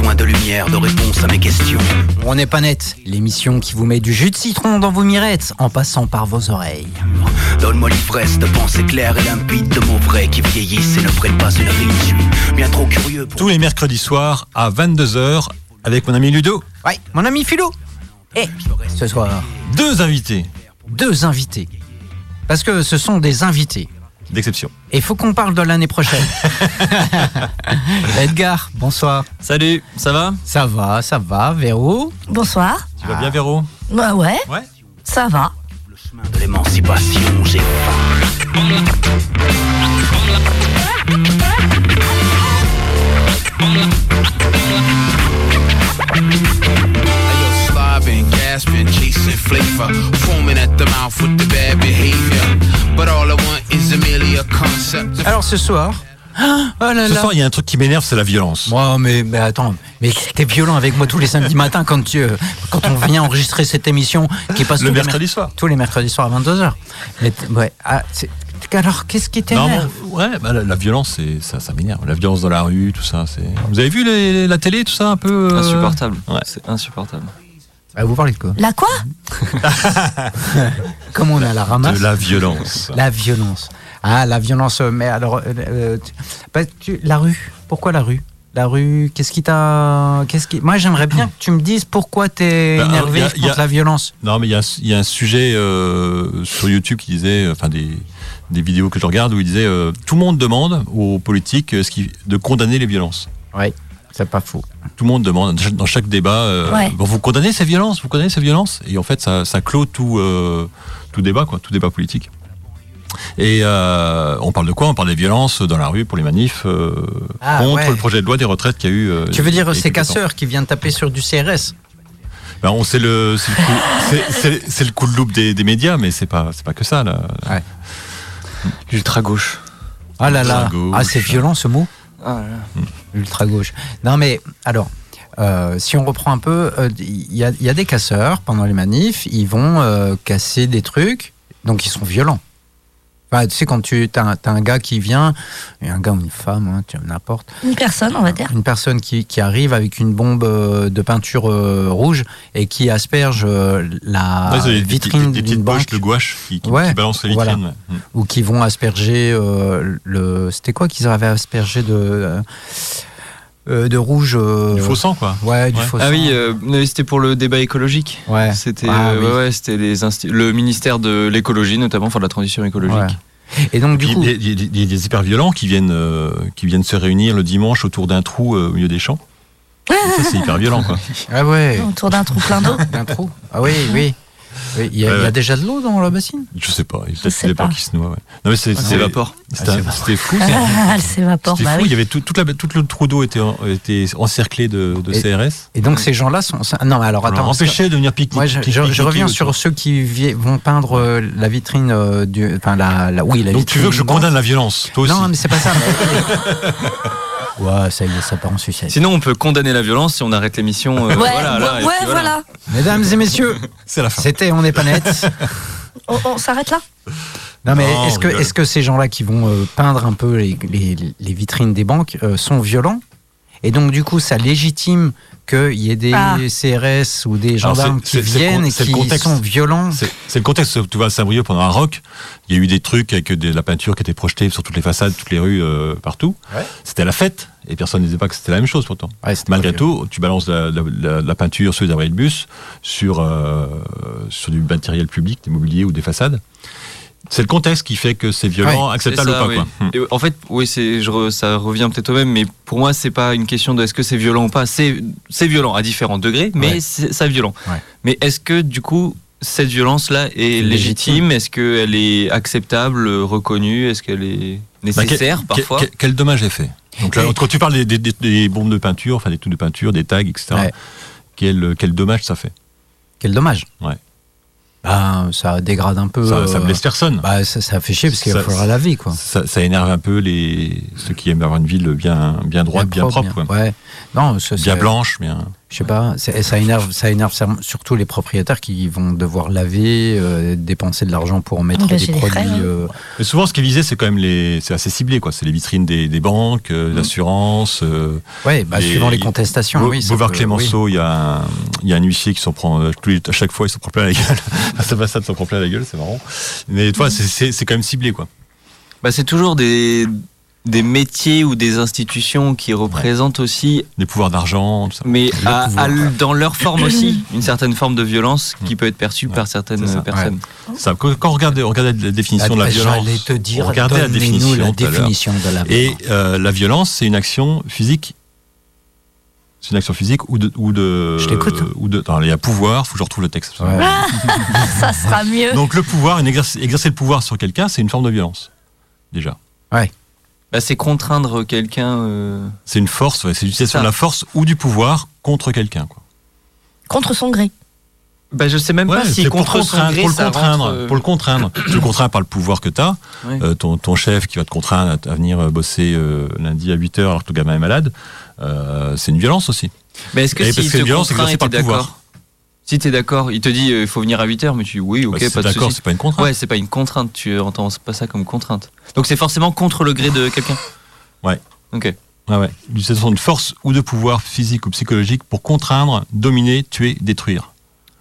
manière de réponse à mes questions. On n'est pas net, l'émission qui vous met du jus de citron dans vos mirettes en passant par vos oreilles. Donne-moi l'ivresse de pensées claires et limpides de mots vrais qui vieillissent et ne prennent pas une ride. Je suis bien trop curieux pour. Tous les mercredis soirs à 22h avec mon ami Ludo. Ouais, mon ami Philo Et ce soir, Deux invités deux invités. Parce que ce sont des invités. d'exception. Et faut qu'on parle de l'année prochaine. Edgar, bonsoir. Salut, ça va Ça va, ça va, Véro Bonsoir. Tu vas bien Véro Bah ouais, Ouais. ça va. Le chemin de l'émancipation, j'ai You're slobbing, gasping, chasing flavor, foaming at the mouth with the bad behavior. But all I want is merely a concept. Alors ce soir. Ah, Oh là Ce là. soir, il y a un truc qui m'énerve, c'est la violence. Moi, mais, mais attends, mais t'es violent avec moi tous les samedis matins quand, tu, euh, quand on vient enregistrer cette émission qui passe Le tous les mercredi merc- soir. Tous les mercredis soirs à 22h. Mais t- ouais, ah, c'est- alors qu'est-ce qui Non, t'énerve bon, ouais, bah, la, la violence, c'est- ça, ça m'énerve. La violence dans la rue, tout ça. c'est- Vous avez vu les- la télé, tout ça, un peu. euh, Insupportable. ouais. C'est insupportable. Ah, Vous parlez de quoi La quoi Comment on a la ramasse De la violence. La violence. Ah, la violence, euh, mais alors. euh, euh, tu- bah, tu- la rue. Pourquoi la rue La rue, qu'est-ce qui t'a. Qu'est-ce qui... Moi, j'aimerais bien que tu me dises pourquoi t'es Ben, énervé y a- y a- contre la violence. Non, mais il y, a un- il y a un sujet euh, sur YouTube qui disait, enfin des, des vidéos que je regarde où il disait, euh, tout le monde demande aux politiques euh, ce qui- de condamner les violences. Oui, c'est pas faux. Tout le monde demande dans chaque- dans chaque débat, euh, Ouais. bon, vous condamnez ces violences, vous condamnez ces violences, et en fait ça, ça clôt tout, euh, tout débat, quoi, tout débat politique. Et euh, on parle de quoi On parle des violences dans la rue pour les manifs euh, Ah, contre ouais. le projet de loi des retraites qu'il y a eu. euh, Tu veux il y dire a ces quelques temps. casseurs qui viennent taper sur du CRS Ben, on sait le, c'est le coup, c'est- c'est- c'est le coup de loupe des, des médias, mais c'est pas, c'est pas que ça. Là. L'ultra gauche. Ah là là. Ultra-gauche. Ah, c'est violent ce mot Hmm. Ah là là. ultra gauche. Non, mais alors, euh, si on reprend un peu, euh, il y, a- il y a des casseurs pendant les manifs, ils vont euh, casser des trucs, donc ils sont violents. Enfin, tu sais, quand tu as un, t'as un gars qui vient, et un gars ou une femme, hein, tu- n'importe, Une personne, on va dire. une personne qui, qui arrive avec une bombe euh, de peinture euh, rouge et qui asperge euh, la Ouais, c'est des- des- des, vitrine des d'une petites banque poches de gouache qui, qui, Ouais, qui balancent les voilà. vitrines. ouais. Mm. ou qui vont asperger euh, le. C'était quoi qu'ils avaient aspergé de. euh, euh, de rouge. euh, Du faux sang, quoi. Ouais, du Ouais. faux Ah sang. oui, euh, mais c'était pour le débat écologique. Ouais. C'était Ah euh, oui. ouais, ouais, c'était les insti- le ministère de l'écologie notamment, enfin de la transition écologique. Ouais. Et donc, du Puis coup, il y a- il y a- il y a des hyper violents qui viennent, euh, qui viennent se réunir le dimanche autour d'un trou euh, au milieu des champs. Ça, c'est hyper violent, quoi. ah ouais, Autour d'un trou plein d'eau. un trou. Ah oui, oui. Oui, Il y, a- Ouais, il y a ouais. déjà de l'eau dans la bassine Je sais pas. Il y a Je peut-être sais des pas. parcs qui se noient. ouais. Non, mais Ah, c'est, C'est c'est- vapeur. c'était un- C'était fou. ça. Ah, elle s'évapore, C'était bah fou. Il oui. y avait tout, toute la, tout le trou d'eau était, en- était encerclé de, de Et- CRS. Et donc, ces gens-là sont. ça- Non, mais alors Pour leur attends. empêcher de venir piquer. Moi, je, piquer- je- je piquer reviens autour. sur ceux qui vi- vont peindre euh, la vitrine euh, du. Enfin, la, la- oui, la Donc tu veux que je vitrine d'une condamne la violence, toi banque. aussi Non, mais c'est pas ça. ouais, ça y est, ça part en sucette. Sinon, on peut condamner la violence si on arrête l'émission. euh, Ouais, voilà, là, et ouais, puis voilà. voilà. Mesdames et messieurs, C'est la fin. c'était On n'est pas net. On, on s'arrête là Non, mais Non, est-ce on que, rigole. est que ces gens-là qui vont euh, peindre un peu les, les- les vitrines des banques euh, sont violents Et donc, du coup, ça légitime qu'il y ait des Ah. CRS ou des Alors, gendarmes c'est- c'est- qui c'est le con- viennent et c'est le qui contexte. sont violents. C'est c'est le contexte. Tu vois, à Saint-Brieuc, pendant un rock, il y a eu des trucs avec de la peinture qui était projetée sur toutes les façades, toutes les rues, euh, partout. Ouais. C'était la fête, et personne ne disait pas que c'était la même chose pourtant. Ouais, c'était Malgré pas tout, tu balances de la, de la- de la peinture sur les abris de bus, sur, euh, sur du matériel public, des mobiliers ou des façades. C'est le contexte qui fait que c'est violent, acceptable C'est ça, ou pas. oui. quoi. Hmm. Et en fait, oui, c'est, je re- ça revient peut-être au même, mais pour moi, c'est pas une question de est-ce que c'est violent ou pas. C'est, c'est violent à différents degrés, mais Ouais. c'est ça violent. Ouais. Mais est-ce que du coup, cette violence-là est Légitime. légitime, Est-ce qu'elle est acceptable, euh, reconnue Est-ce qu'elle est Bah, quel- nécessaire quel- parfois quel, quel dommage est fait Donc là, Et- quand tu parles des, des- des- des bombes de peinture, enfin des trucs de peinture, des tags, etc. Ouais. Quel, quel dommage ça fait Quel dommage. Ouais. Ben, ça dégrade un peu. ça, ça euh, blesse personne. bah, ça, ça fait chier parce qu'il Ça- faudra laver, quoi. ça, ça énerve un peu les ceux qui aiment avoir une ville bien bien droite, bien, propre, quoi. ouais. Non, ça, bien c'est- blanche, bien. Je sais pas, c'est- et ça énerve, ça énerve ser- surtout les propriétaires qui vont devoir laver, euh, dépenser de l'argent pour mettre Engager des les produits. frais, hein. euh, Mais souvent, ce qui est visé, c'est quand même les. C'est assez ciblé, quoi. C'est les vitrines des, des banques, Mm. euh, l'assurance. euh, ouais, bah, Les- suivant les contestations. Bou- oui, ça Bouvard peut- Clémenceau, il y, a un- il y a un huissier qui s'en prend. euh, tous les- à chaque fois, il s'en prend plein la gueule. Sa façade s'en prend plein la gueule, c'est marrant. Mais Mm. toi, c'est- c'est c'est quand même ciblé, quoi. Bah, c'est toujours des, des métiers ou des institutions qui représentent aussi, Les pouvoirs d'argent, tout ça. mais à- pouvoir, à- dans leur forme aussi, une certaine forme de violence qui peut être perçue Ouais, par certaines c'est ça. personnes. Ça, quand quand on regarde, on regarde la définition de la violence, Oh. Ah, bah, J'allais te dire, regardez la donnez-nous définition la tout à l'heure. définition de la et euh, la violence, c'est une action physique. C'est une action physique ou de. Ou de Je t'écoute. Ou de. attends, il y a pouvoir, faut que je retrouve le texte. Ouais. Ça sera mieux. Donc le pouvoir, une exerce- exercer le pouvoir sur quelqu'un, c'est une forme de violence. Déjà. Bah, c'est contraindre quelqu'un. euh, C'est une force, ouais, c'est l'utilisation ça. de la force ou du pouvoir contre quelqu'un. quoi. Contre son gré. Bah, je sais même Ouais, pas si c'est contre pour son contraindre, gré, pour le ça rentre, contraindre, euh, pour le Euh, contraindre. Tu le contrains par le pouvoir que tu as, Ouais. ton, ton chef qui va te contraindre à, t- à venir euh, bosser euh, lundi à 8h alors que ton gamin est malade, euh, c'est une violence aussi. Mais est-ce que Et si eh, parce te que violence, c'est contraint exercé et t'es par le pouvoir. d'accord Si t'es d'accord, il te dit il faut venir à 8h, mais tu dis oui, ok, Bah, si pas t'es de d'accord, souci. c'est pas une contrainte. Ouais, c'est pas une contrainte, tu entends pas ça comme contrainte. Donc c'est forcément contre le gré de quelqu'un. Ouais. Ok. Ouais, ouais. L'utilisation de force ou de pouvoir physique ou psychologique pour contraindre, dominer, tuer, détruire.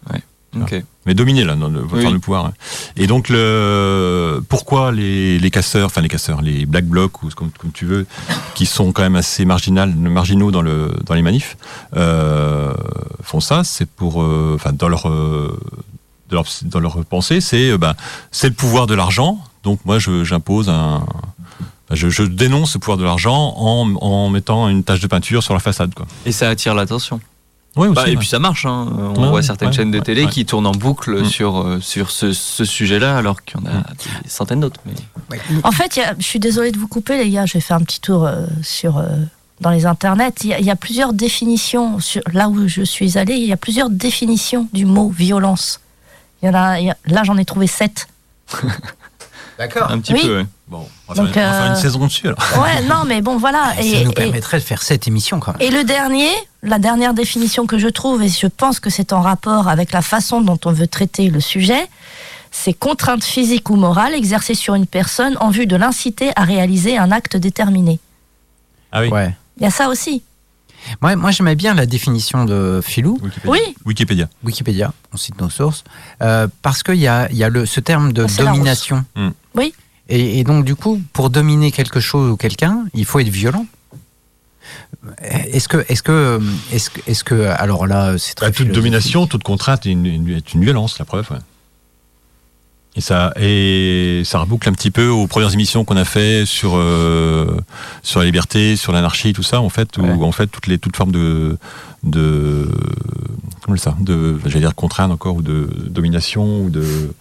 Ah. Ok. Mais dominer là, dans le, Oui. enfin, le pouvoir. ouais. Et donc le pourquoi les, les casseurs, enfin les casseurs, les black blocs ou comme, comme tu veux, qui sont quand même assez marginal, marginaux dans le dans les manifs, euh, font ça, c'est pour, euh, enfin dans leur euh, dans leur, dans leur pensée, c'est euh, bah, c'est le pouvoir de l'argent. Donc moi je- j'impose un ben, je, je dénonce le pouvoir de l'argent en, en mettant une tache de peinture sur la façade. Quoi. Et ça attire l'attention. Ouais, aussi, Bah, et ouais. puis ça marche. hein. Euh, On Ouais, voit ouais, certaines ouais, chaînes de ouais, télé ouais. qui tournent en boucle Mm. sur, euh, sur ce, ce sujet-là, alors qu'il y en a des centaines d'autres. mais- En fait, il y a- je suis désolée de vous couper, les gars. J'ai fait un petit tour euh, sur, euh, dans les internets. Il y, a- il y a plusieurs définitions. Sur, là où je suis allée, il y a plusieurs définitions du mot violence. Il y en a, il y a- là, j'en ai trouvé sept. D'accord. Un petit Oui. peu, ouais. Bon, on va, faire, Donc, une- on va faire une euh, saison dessus alors. Ouais, non, mais bon, voilà. Ça Et- nous et- permettrait de faire cette émission quand même. Et le dernier, la dernière définition que je trouve, et je pense que c'est en rapport avec la façon dont on veut traiter le sujet, c'est contrainte physique ou morale exercée sur une personne en vue de l'inciter à réaliser un acte déterminé. Ah oui. Ouais. Il y a ça aussi. Moi, moi j'aimais bien la définition de Philou, Wikipédia. Oui, Wikipédia. Wikipédia, on cite nos sources, euh, parce qu'il y a, il y a le, ce terme de Ah, C'est la domination. Rousse. Hmm. Oui. Et, et donc, du coup, pour dominer quelque chose ou quelqu'un, il faut être violent. Euh, Est-ce que, est-ce que, est-ce que, est-ce que, alors là, c'est très Bah, toute philosophique. domination, toute contrainte est une, une- est une violence, la preuve. ouais. Et ça, et ça reboucle un petit peu aux premières émissions qu'on a fait sur euh, sur la liberté, sur l'anarchie, tout ça en fait, où Ouais. en fait toutes les toutes formes de de comment on dit ça, de j'allais dire contrainte encore ou de domination ou de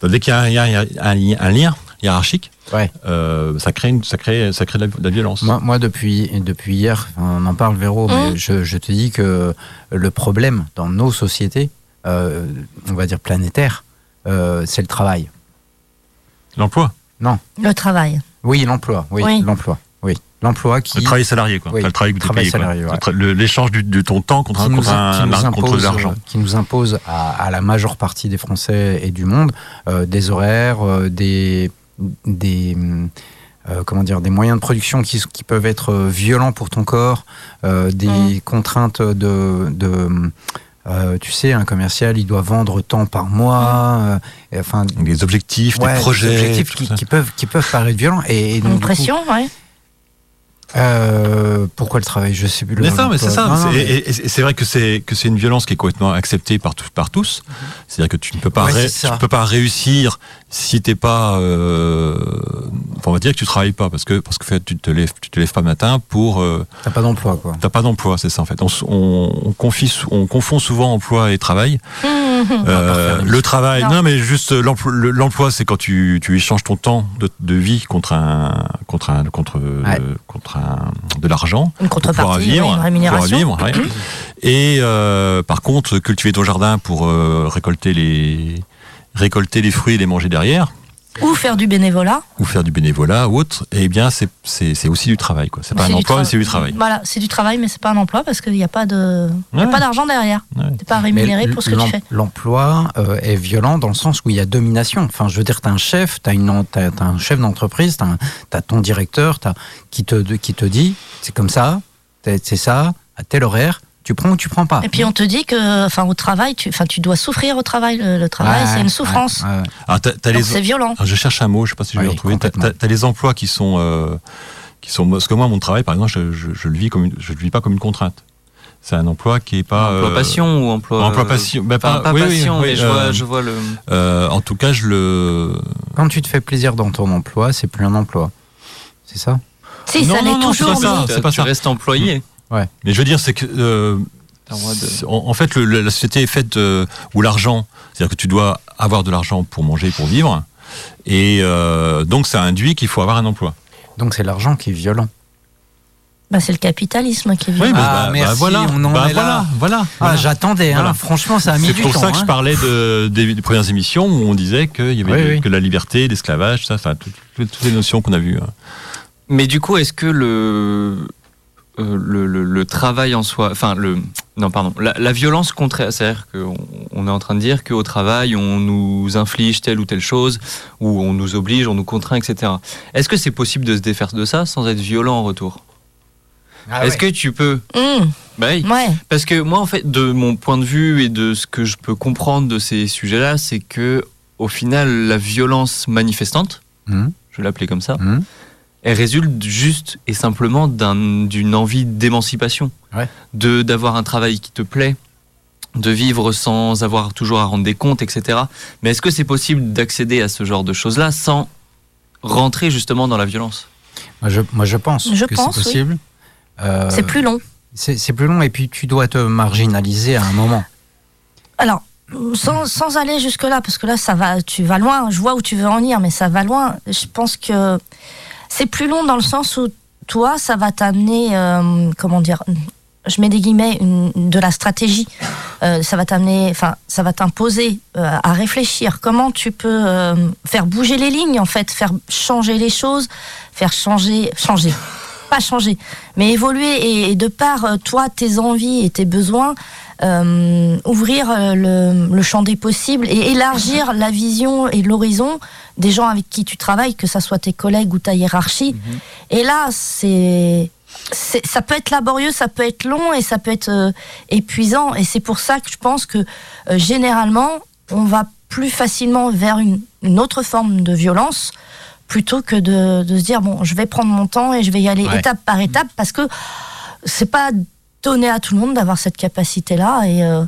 bah, dès qu'il y a un, lien- un lien- un lien hiérarchique, Ouais. euh, ça crée une, ça crée ça crée de la, de la violence. Moi, moi, depuis, depuis hier, on en parle, Véro, mais je, je te dis que le problème dans nos sociétés, euh, on va dire planétaires, euh, c'est le travail. L'emploi, le travail. Oui, l'emploi. Oui, Oui. l'emploi. Oui, l'emploi qui. le travail salarié quoi, Oui, Enfin, le travail que t'es travail payé, quoi. salarié, ouais. Le tra- le- l'échange du- de ton temps contre qui un nous, Hein, contre qui un- nous un- contre de impose, l'argent. euh, qui nous impose à, à la majeure partie des Français et du monde euh, des horaires, euh, des, des, hum, euh, comment dire, des moyens de production qui, s- qui peuvent être euh, violents pour ton corps, euh, des Mm. contraintes de. de, hum, euh, tu sais, un commercial, il doit vendre tant par mois. euh, et enfin, des objectifs, ouais, des des projets. objectifs tout qui, ça. qui peuvent, qui peuvent paraître violents. Et, et donc, Une du coup, pression, ouais. euh, pourquoi le travail Je sais plus. le Mais ça, mais c'est ça. Euh, Non, non, C'est- mais- et- et- et c'est vrai que c'est que c'est une violence qui est complètement acceptée par tous. Par tous. C'est-à-dire que tu ne peux pas Ouais, ré- c'est ça. tu peux pas réussir si t'es pas. euh, enfin, on va dire que tu travailles pas parce que parce que en fait, tu te lèves tu te lèves pas le matin pour euh, T'as pas d'emploi, quoi. t'as pas d'emploi. C'est ça en fait. On, s- on, on confie sou- on confond souvent emploi et travail. Mhm. Euh, le travail, Non. non, mais juste euh, l'emploi, le- l'emploi, c'est quand tu, tu échanges ton temps de, de vie contre un contre un contre euh, Ouais. contre un de l'argent Une pour pouvoir contrepartie, vivre, ouais, une pouvoir rémunération. Mmh. vivre, ouais. Et euh, par contre, cultiver ton jardin pour euh, récolter les récolter les fruits et les manger derrière, ou faire du bénévolat. ou faire du bénévolat ou autre, eh bien, c'est- c'est c'est aussi du travail. quoi. C'est pas C'est un du emploi, mais trava- c'est du travail. Voilà, c'est du travail, mais c'est pas un emploi parce qu'il n'y a pas de, il y a Ouais. pas d'argent derrière. Ouais. T'es pas Mais rémunéré pour ce que tu l'em- fais. L'emploi euh, est violent dans le sens où il y a domination. Enfin, je veux dire, tu as un chef, tu as, un chef d'entreprise, tu as, ton directeur t'as- qui, te, qui te dit c'est comme ça, t'es- c'est ça, à tel horaire, tu prends ou tu prends pas. Et puis on te dit que, enfin, au travail, tu, enfin, tu dois souffrir au travail. Le, le Ouais, travail, c'est ouais, une souffrance. ouais, ouais. Alors, Ah, t'as- t'as Donc les- C'est violent. Alors, Ah, je cherche un mot, je sais pas si je Oui, vais le retrouver. T'as- complètement. T'as t'as les emplois qui sont, euh, qui sont. Parce que moi, mon travail, par exemple, je, je, je le vis comme une- je le vis pas comme une contrainte. C'est un emploi qui est pas. emploi euh, passion ou emploi. emploi euh, passion. Bah, Enfin, pas, pas oui, oui, passion, oui, mais je euh, vois, je vois le. euh, en tout cas, je le. Quand tu te fais plaisir dans ton emploi, c'est plus un emploi. C'est ça Si, Non, ça non, l'est non, c'est toujours. pas ça. mais- Tu- c'est pas tu restes employé. Mais je veux dire, c'est que. euh, T'as le droit de- c'est- en, en fait, le- le- la société est faite de- où l'argent, c'est-à-dire que tu dois avoir de l'argent pour manger, pour vivre, et euh, donc ça induit qu'il faut avoir un emploi. Donc c'est l'argent qui est violent. Bah, c'est le capitalisme qui est violent. mais- Ah, merci, voilà, on en bah, est là. voilà, voilà, Ah, voilà. j'attendais, hein, Voilà. franchement, ça a mis C'est du pour temps. ça que je hein. parlais de, des, des premières émissions où on disait qu'il y avait Oui, oui. que la liberté, l'esclavage, ça, enfin, tout- tout- toutes les notions qu'on a vues. hein. Mais du coup, est-ce que le, euh, le, le- le travail en soi, enfin le, non pardon, la, la violence contraire, c'est-à-dire qu'on on est en train de dire qu'au travail on nous inflige telle ou telle chose, ou on nous oblige, on nous contraint, etc. Est-ce que c'est possible de se défaire de ça sans être violent en retour Ah Est-ce ouais. que tu peux Mmh, Bah oui. ouais. Parce que moi, en fait, de mon point de vue et de ce que je peux comprendre de ces sujets-là, c'est que au final, la violence manifestante, Hum, je vais l'appeler comme ça, hum. elle résulte juste et simplement d'un- d'une envie d'émancipation, Ouais. de d'avoir un travail qui te plaît, de vivre sans avoir toujours à rendre des comptes, etc. Mais est-ce que c'est possible d'accéder à ce genre de choses-là sans rentrer justement dans la violence Moi, je, moi, je pense Je que pense, c'est oui. possible. Bah, Euh, C'est plus long. C'est c'est plus long et puis tu dois te marginaliser à un moment. Alors, sans, sans aller jusque-là, parce que là, ça va, tu vas loin. Je vois où tu veux en venir, mais ça va loin. Je pense que c'est plus long dans le sens où toi, ça va t'amener, euh, comment dire, je mets des guillemets, une- de la stratégie. Euh, ça va t'amener, enfin, ça va t'imposer euh, à réfléchir comment tu peux euh, faire bouger les lignes, en fait, faire changer les choses, faire changer, changer, pas changer, mais évoluer et, et de par euh, toi, tes envies et tes besoins, euh, ouvrir euh, le, le champ des possibles et élargir la vision et l'horizon des gens avec qui tu travailles, que ça soit tes collègues ou ta hiérarchie. Et là, c'est c'est- ça peut être laborieux, ça peut être long et ça peut être euh, épuisant. Et c'est pour ça que je pense que euh, généralement, on va plus facilement vers une, une autre forme de violence plutôt que de, de se dire bon, je vais prendre mon temps et je vais y aller Ouais. étape par étape parce que c'est pas donné à tout le monde d'avoir cette capacité-là. Et, euh,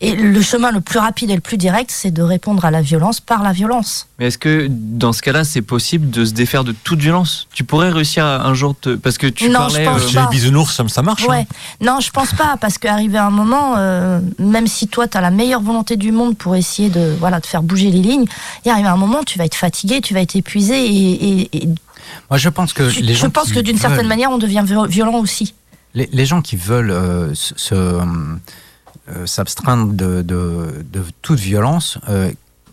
et le chemin le plus rapide et le plus direct, c'est de répondre à la violence par la violence. Mais est-ce que dans ce cas-là, c'est possible de se défaire de toute violence Tu pourrais réussir à un jour te... Parce que tu Non, parlais... je pense euh, Chez les bah, pas. bisounours, ça, ça marche. Ouais. hein. Non, je pense pas, parce qu'arrivé à un moment, euh, même si toi, tu as la meilleure volonté du monde pour essayer de, voilà, de faire bouger les lignes, il arrive un moment, tu vas être fatigué, tu vas être épuisé, et, et- et Moi, je pense que je, Euh, les je gens. pense qui que d'une certaine veulent- manière, on devient vi- violent aussi. Les, les gens qui veulent euh, se- se, euh, s'abstraindre de, de- de toute violence, euh,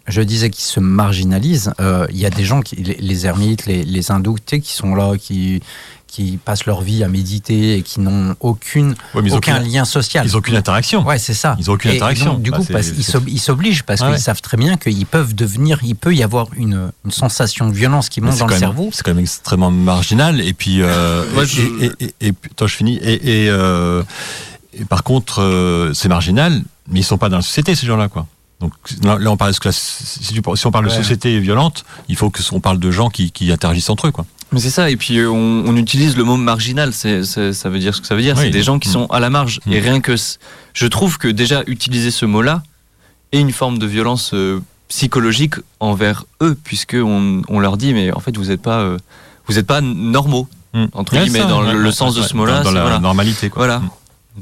je disais qu'ils se marginalisent. Euh, Il y a des gens, qui, les, les ermites, les, les hindous, tu sais, qui sont là, qui, qui passent leur vie à méditer et qui n'ont aucune, Ouais, mais ils ont aucun aucune- lien social. ils n'ont aucune interaction. Ouais, c'est ça. Ils ont aucune Et interaction. donc, du Bah, coup, c'est- parce- ils c'est- s'ob- ils s'obligent parce Ah ouais. qu'ils savent très bien qu'ils peuvent devenir, il peut y avoir une, une sensation de violence qui Mais monte c'est dans quand le même- cerveau. C'est quand même extrêmement marginal. Et puis, euh, Moi, et- je- et, et- et- et- attends, je finis. Et, et, euh, et par contre, euh, c'est marginal, mais ils sont pas dans la société ces gens-là, quoi. Donc là, là, on parle de classe- si, tu- si on parle Ouais. de société violente, il faut que on parle de gens qui, qui interagissent entre eux, quoi. Mais c'est ça, et puis euh, on, on utilise le mot marginal, c'est, c'est- ça veut dire ce que ça veut dire, Oui. c'est des gens qui Mm. sont à la marge. Mm. Et rien que. c- Je trouve que déjà utiliser ce mot-là est une forme de violence euh, psychologique envers eux, puisqu'on on leur dit, mais en fait, vous n'êtes pas, euh, vous êtes pas normaux. Mm. Entre guillemets, dans le- le sens de ce mot-là, dans, dans c'est- la voilà. normalité, quoi. Voilà. Mm.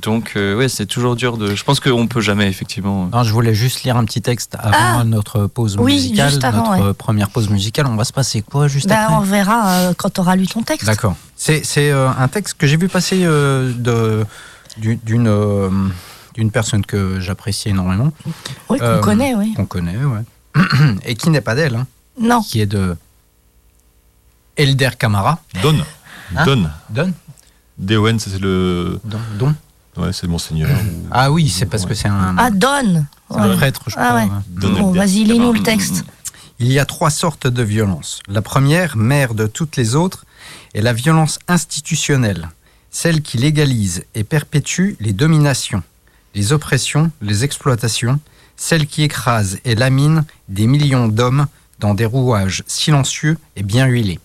Donc, euh, ouais, c'est toujours dur de. Je pense qu'on peut jamais, effectivement. Non, Hein, je voulais juste lire un petit texte avant Ah notre pause Oui, musicale, juste avant, notre euh, première pause musicale. On va se passer quoi juste Ben, on après verra euh, quand tu auras lu ton texte. D'accord. C'est c'est, euh, un texte que j'ai vu passer euh, de- du- d'une euh, d'une personne que j'apprécie énormément, Oui, qu'on Euh, connaît, oui. qu'on connaît, ouais. et qui n'est pas d'elle. hein. Non. qui est de Elder Camara. Donne. Hein Donne. Don D-O-N, ça, c'est le. Don, Don Ouais, c'est Monseigneur. Mm. ou- Ah oui, c'est parce que c'est un, Ah, donne c'est un Ouais. prêtre, je crois. hein. Ah ouais. Donne Oh, Bon, Elder. vas-y, lis-nous le texte. Il y a trois sortes de violences. La première, mère de toutes les autres, est la violence institutionnelle, celle qui légalise et perpétue les dominations, les oppressions, les exploitations, celle qui écrase et lamine des millions d'hommes dans des rouages silencieux et bien huilés.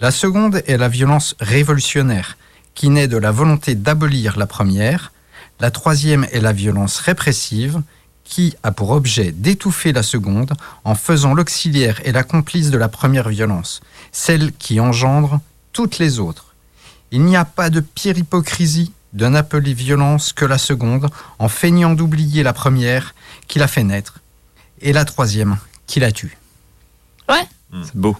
La seconde est la violence révolutionnaire, qui naît de la volonté d'abolir la première. La troisième est la violence répressive, qui a pour objet d'étouffer la seconde en faisant l'auxiliaire et la complice de la première violence, celle qui engendre toutes les autres. Il n'y a pas de pire hypocrisie de n'appeler violence que la seconde en feignant d'oublier la première qui la fait naître et la troisième qui la tue. C'est beau.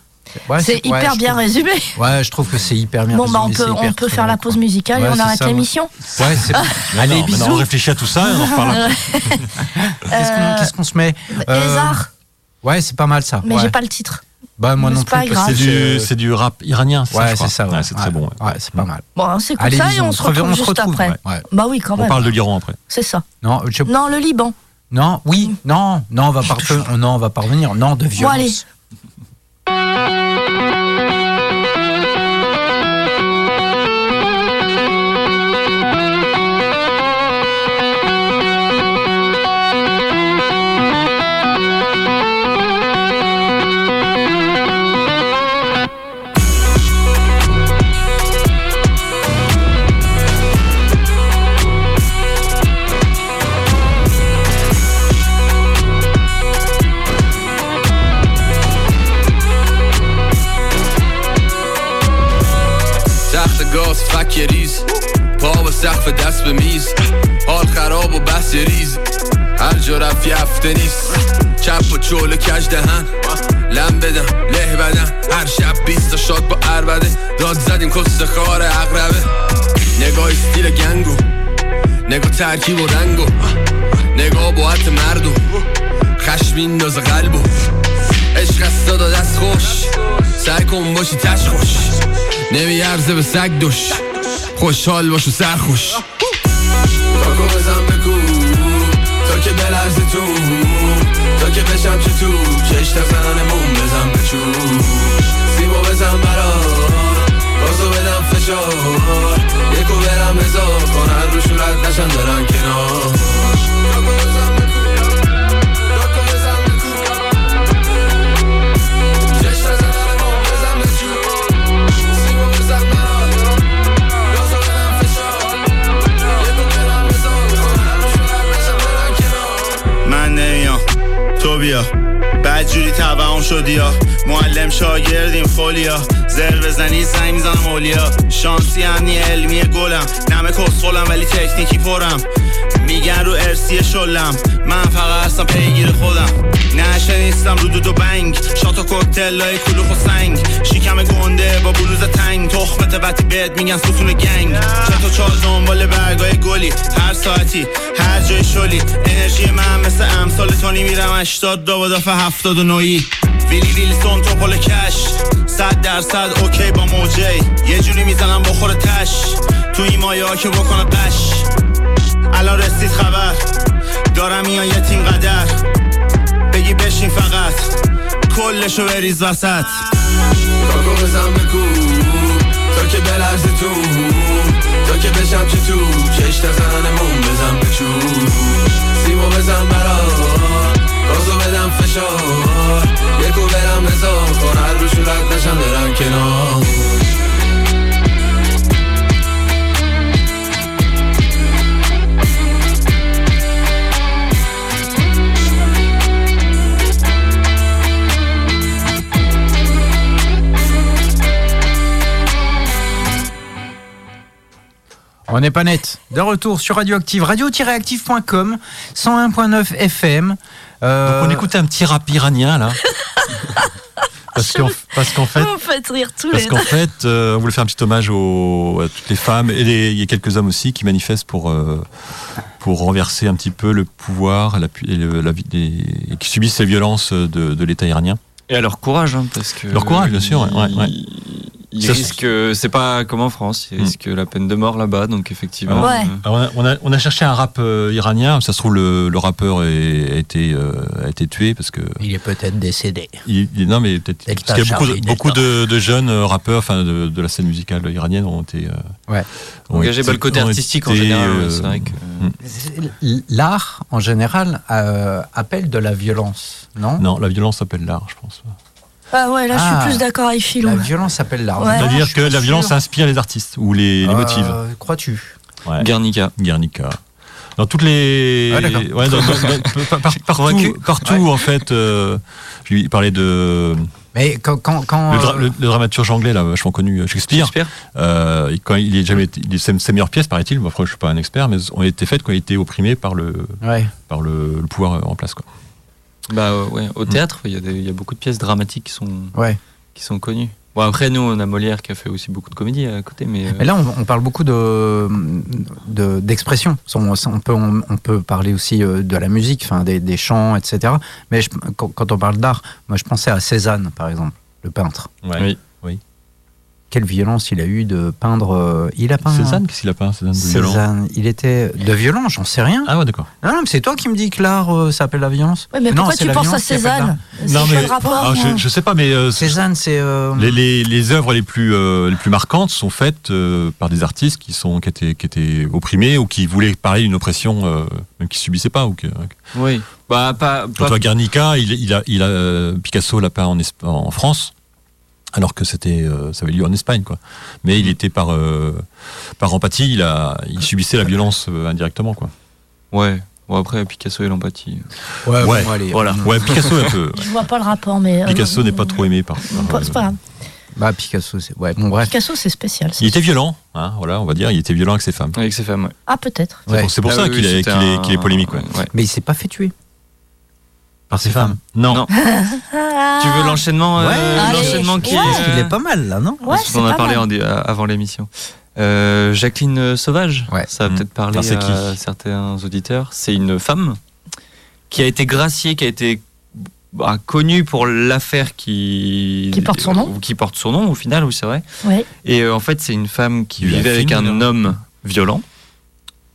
Ouais, c'est ouais, hyper je bien trouve- résumé. Ouais, je trouve que c'est hyper bien. Bon, bah, on résumé, peut, c'est hyper on peut très faire la bien, pause quoi. musicale et Ouais, on c'est arrête ça, moi. l'émission. Ouais, c'est Mais Allez, non, mais non, bisous. on réfléchit à tout ça et on en reparle. Qu'est-ce qu'on qu'est-ce qu'on se met bah, Euh, Lézard, Ouais, c'est pas mal ça. Euh, mais ouais. j'ai pas le titre. Bah moi mais non c'est plus. pas parce grave. que C'est du, c'est du rap iranien, c'est ça, je Ouais, crois. c'est ça. Ouais, c'est très bon. ouais. Ouais, c'est pas mal. Bon, hein, c'est comme Allez, ça et disons, on on se se reverra- retrouve on se juste retrouve, après. ouais. Ouais. Bah oui, quand On même. parle de l'Iran après. C'est ça. Non, je- Non, le Liban. non, oui, non, non, on va pas, revenir- non, on va pas revenir. Non, de violence. allez. Zachte vakje riz. Power zacht voor dat we mis. Al gaat op op basseries. الجرا في افتنیس چپ و چول و کج دهن لم بدن له بدن هر شب بیست شاد با عربده داد زدیم کس خار اقربه نگاه استیل گنگو نگاه ترکیب و رنگو نگاه باعت مردم خشم ناز قلبو عشق از صدا دست خوش سعی کن باشی تش خوش نمیارزه به سگ دوش خوشحال باش و سرخوش تاکو بزن بگو تا که بلرزه تو تا که بشم چه تو کشت از زنانمون بزن بچوش سیمو بزن برام بازو بدم فشار یکو برم بزار کنن رو شورت نشن دارن کنار تاکو بزن بگو تاکو بزن بگو Cześć, razem na lewo, bez amnestiu Siłą bez aparat Rozumiem nam wyszło Nie popieramy ząb Kochamy się na naszym rankiem من نمیام تو بیا بدجوری تبعام شدی ها معلم شاگردیم فولیا زر بزنی زنگ میزنم اولیا شانسی امنی علمی گلم نمه کسخولم ولی تکنیکی پرم میگن رو ارسی شلم من فقط هستم پیگیر خودم نشه نیستم رو دود و بنگ شات و کوکتل های کلوخ و سنگ شکم گنده با بلوز تنگ تخم تبتی بهت میگن ستون گنگ چطور چال دنبال برگای گلی هر ساعتی هر جای شلی انرژی من مثل امثال تونی میرم 80 دو دفعه 79 ویلی ویلسون توپل کش صد درصد اوکی با موجه یه جوری میزنم بخور تش تو این مایه ها که بکنه قش الان رسید خبر دارم میان یه تیم قدر بگی بشین فقط کلشو بریز وسط Kogo بزن بگو تا که بلرزه تو تا که بشم چه تو کشت از زنانمون بزن بچو سیمو بزن برا گازو بدم فشار یکو برم بزار کنن رو شورت نشم برن کنار On n'est pas net. De retour sur Radioactive, radio-active.com, 101.9 FM. Euh, Donc on écoutait un petit rap iranien là. parce qu'en parce qu'en fait, Vous me faites rire tous parce les qu'en deux. fait euh, on voulait faire un petit hommage aux, à toutes les femmes et les- il y a quelques hommes aussi qui manifestent pour, euh, pour renverser un petit peu le pouvoir la, pu- et, le- la, vie- les- et qui subissent ces violences de, de l'État iranien. Et à leur courage, hein, parce que. Leur courage, bien sûr, ouais, ouais, ouais. Ils, ils Ça, risquent, euh, c'est pas comme en France, ils Hmm. risquent la peine de mort là-bas, donc effectivement. Ouais. euh, Alors, on, a, on a- on a cherché un rap euh, iranien, ça se trouve le, le rappeur est- a, été, euh, a été tué parce que Il est peut-être décédé. il, il- non mais peut-être Delta parce qu'il y a beaucoup, Charlie, beaucoup Delta. de, de jeunes euh, rappeurs enfin de, de la scène musicale iranienne ont été euh, Ouais. ont engagés été- par le côté ont artistique en été, général, hein, euh, c'est vrai que. L'art, en général, euh, appelle de la violence, non, Non, la violence s'appelle l'art, je pense. Ah ouais, là, Ah. je suis plus d'accord avec Philou. La violence appelle l'art. Ouais. Non, Ah, je C'est-à-dire suis que pas la sûr. violence inspire les artistes ou les, les Euh, motive. Crois-tu Ouais. Guernica. Guernica. Dans toutes les. Ah, d'accord. Ouais, dans- dans- dans- par- par- partout, Convaincu partout en fait. euh, je lui parlais de. Mais quand. quand, quand, Le, dra- euh, le- le dramaturge anglais, là, vachement connu, Shakespeare. J'espère. Euh, il- quand il est jamais, été- il- ses, ses meilleures pièces, paraît-il, moi, je suis pas un expert, mais ont été faites quand il était opprimé par le, euh, ouais. par le, le pouvoir en place. Quoi. Bah euh, ouais, Hmm. au théâtre, il y, a des- il y a beaucoup de pièces dramatiques qui sont, Ouais. qui sont connues. Bon, après, nous, on a Molière qui a fait aussi beaucoup de comédies à côté, mais. euh, Mais là, on, on parle beaucoup de de- d'expression. on, on peut on, on peut parler aussi euh, de la musique, enfin des, des chants, etc. Mais je- quand, quand on parle d'art, moi, je pensais à Cézanne, par exemple, le peintre. Oui. Quelle violence il a eu de peindre. euh, il a peint. Cézanne, qu'est-ce qu'il a peint Cézanne de violent. Cézanne, il était de violent, j'en sais rien. Ah ouais, d'accord. Non, non, mais c'est toi qui me dis que l'art euh, ça s'appelle la violence. Ouais, mais Non, pourquoi c'est tu la penses à violence qui appelle l'art. Cézanne C'est Non, quoi mais- le rapport hein. Ah, je, je sais pas, mais euh, Cézanne, c'est. euh, Les, les- les œuvres les plus, euh, les plus marquantes sont faites euh, par des artistes qui, sont, qui, étaient, qui étaient opprimés ou qui voulaient parler d'une oppression euh, même qu'ils subissaient pas. Ou que, Oui. Bah, pas. Quand pas- on voit Guernica, il, il a, il a, euh, Picasso l'a peint en, Esp- en France, alors que c'était, euh, ça avait lieu en Espagne. Quoi. Mais il était par, euh, par empathie, il, a, il subissait la violence euh, indirectement. Quoi. Ouais. Bon, après, Picasso et l'empathie. Euh, Ouais, Ouais, bon, allez, voilà. on- Ouais, Picasso un peu. Je vois pas le rapport, mais. euh, Picasso n'est pas trop aimé par. par, euh, Bon, C'est pas grave. Bah, Picasso, c'est. Ouais, bon, bref. Picasso, c'est spécial. ça. il était violent, hein, voilà, on va dire, il était violent avec ses femmes. Avec ses femmes, ouais. Ah, peut-être. C'est Ouais. pour, c'est pour Ah ça oui, qu'il oui, est, c'était qu'il est, un- qu'il est polémique. Quoi. ouais. Mais il s'est pas fait tuer. Par ses femmes Non. Non. Tu Ah. veux l'enchaînement euh, Ouais. l'enchaînement Allez. qui Ouais. Parce est, qu'il est pas mal là, non Ouais, Parce c'est qu'on en a pas parlé mal. en dé- à- avant l'émission. Euh, Jacqueline euh, Sauvage, Ouais. ça va Mm. peut-être parler Alors, c'est qui à certains auditeurs. C'est une femme qui a été graciée, qui a été bah, connue pour l'affaire qui... Qui porte son nom. Qui porte son nom au final, oui c'est vrai. Ouais. Et euh, en fait, c'est une femme qui Il l'a vivait avec filmé, un là. homme violent.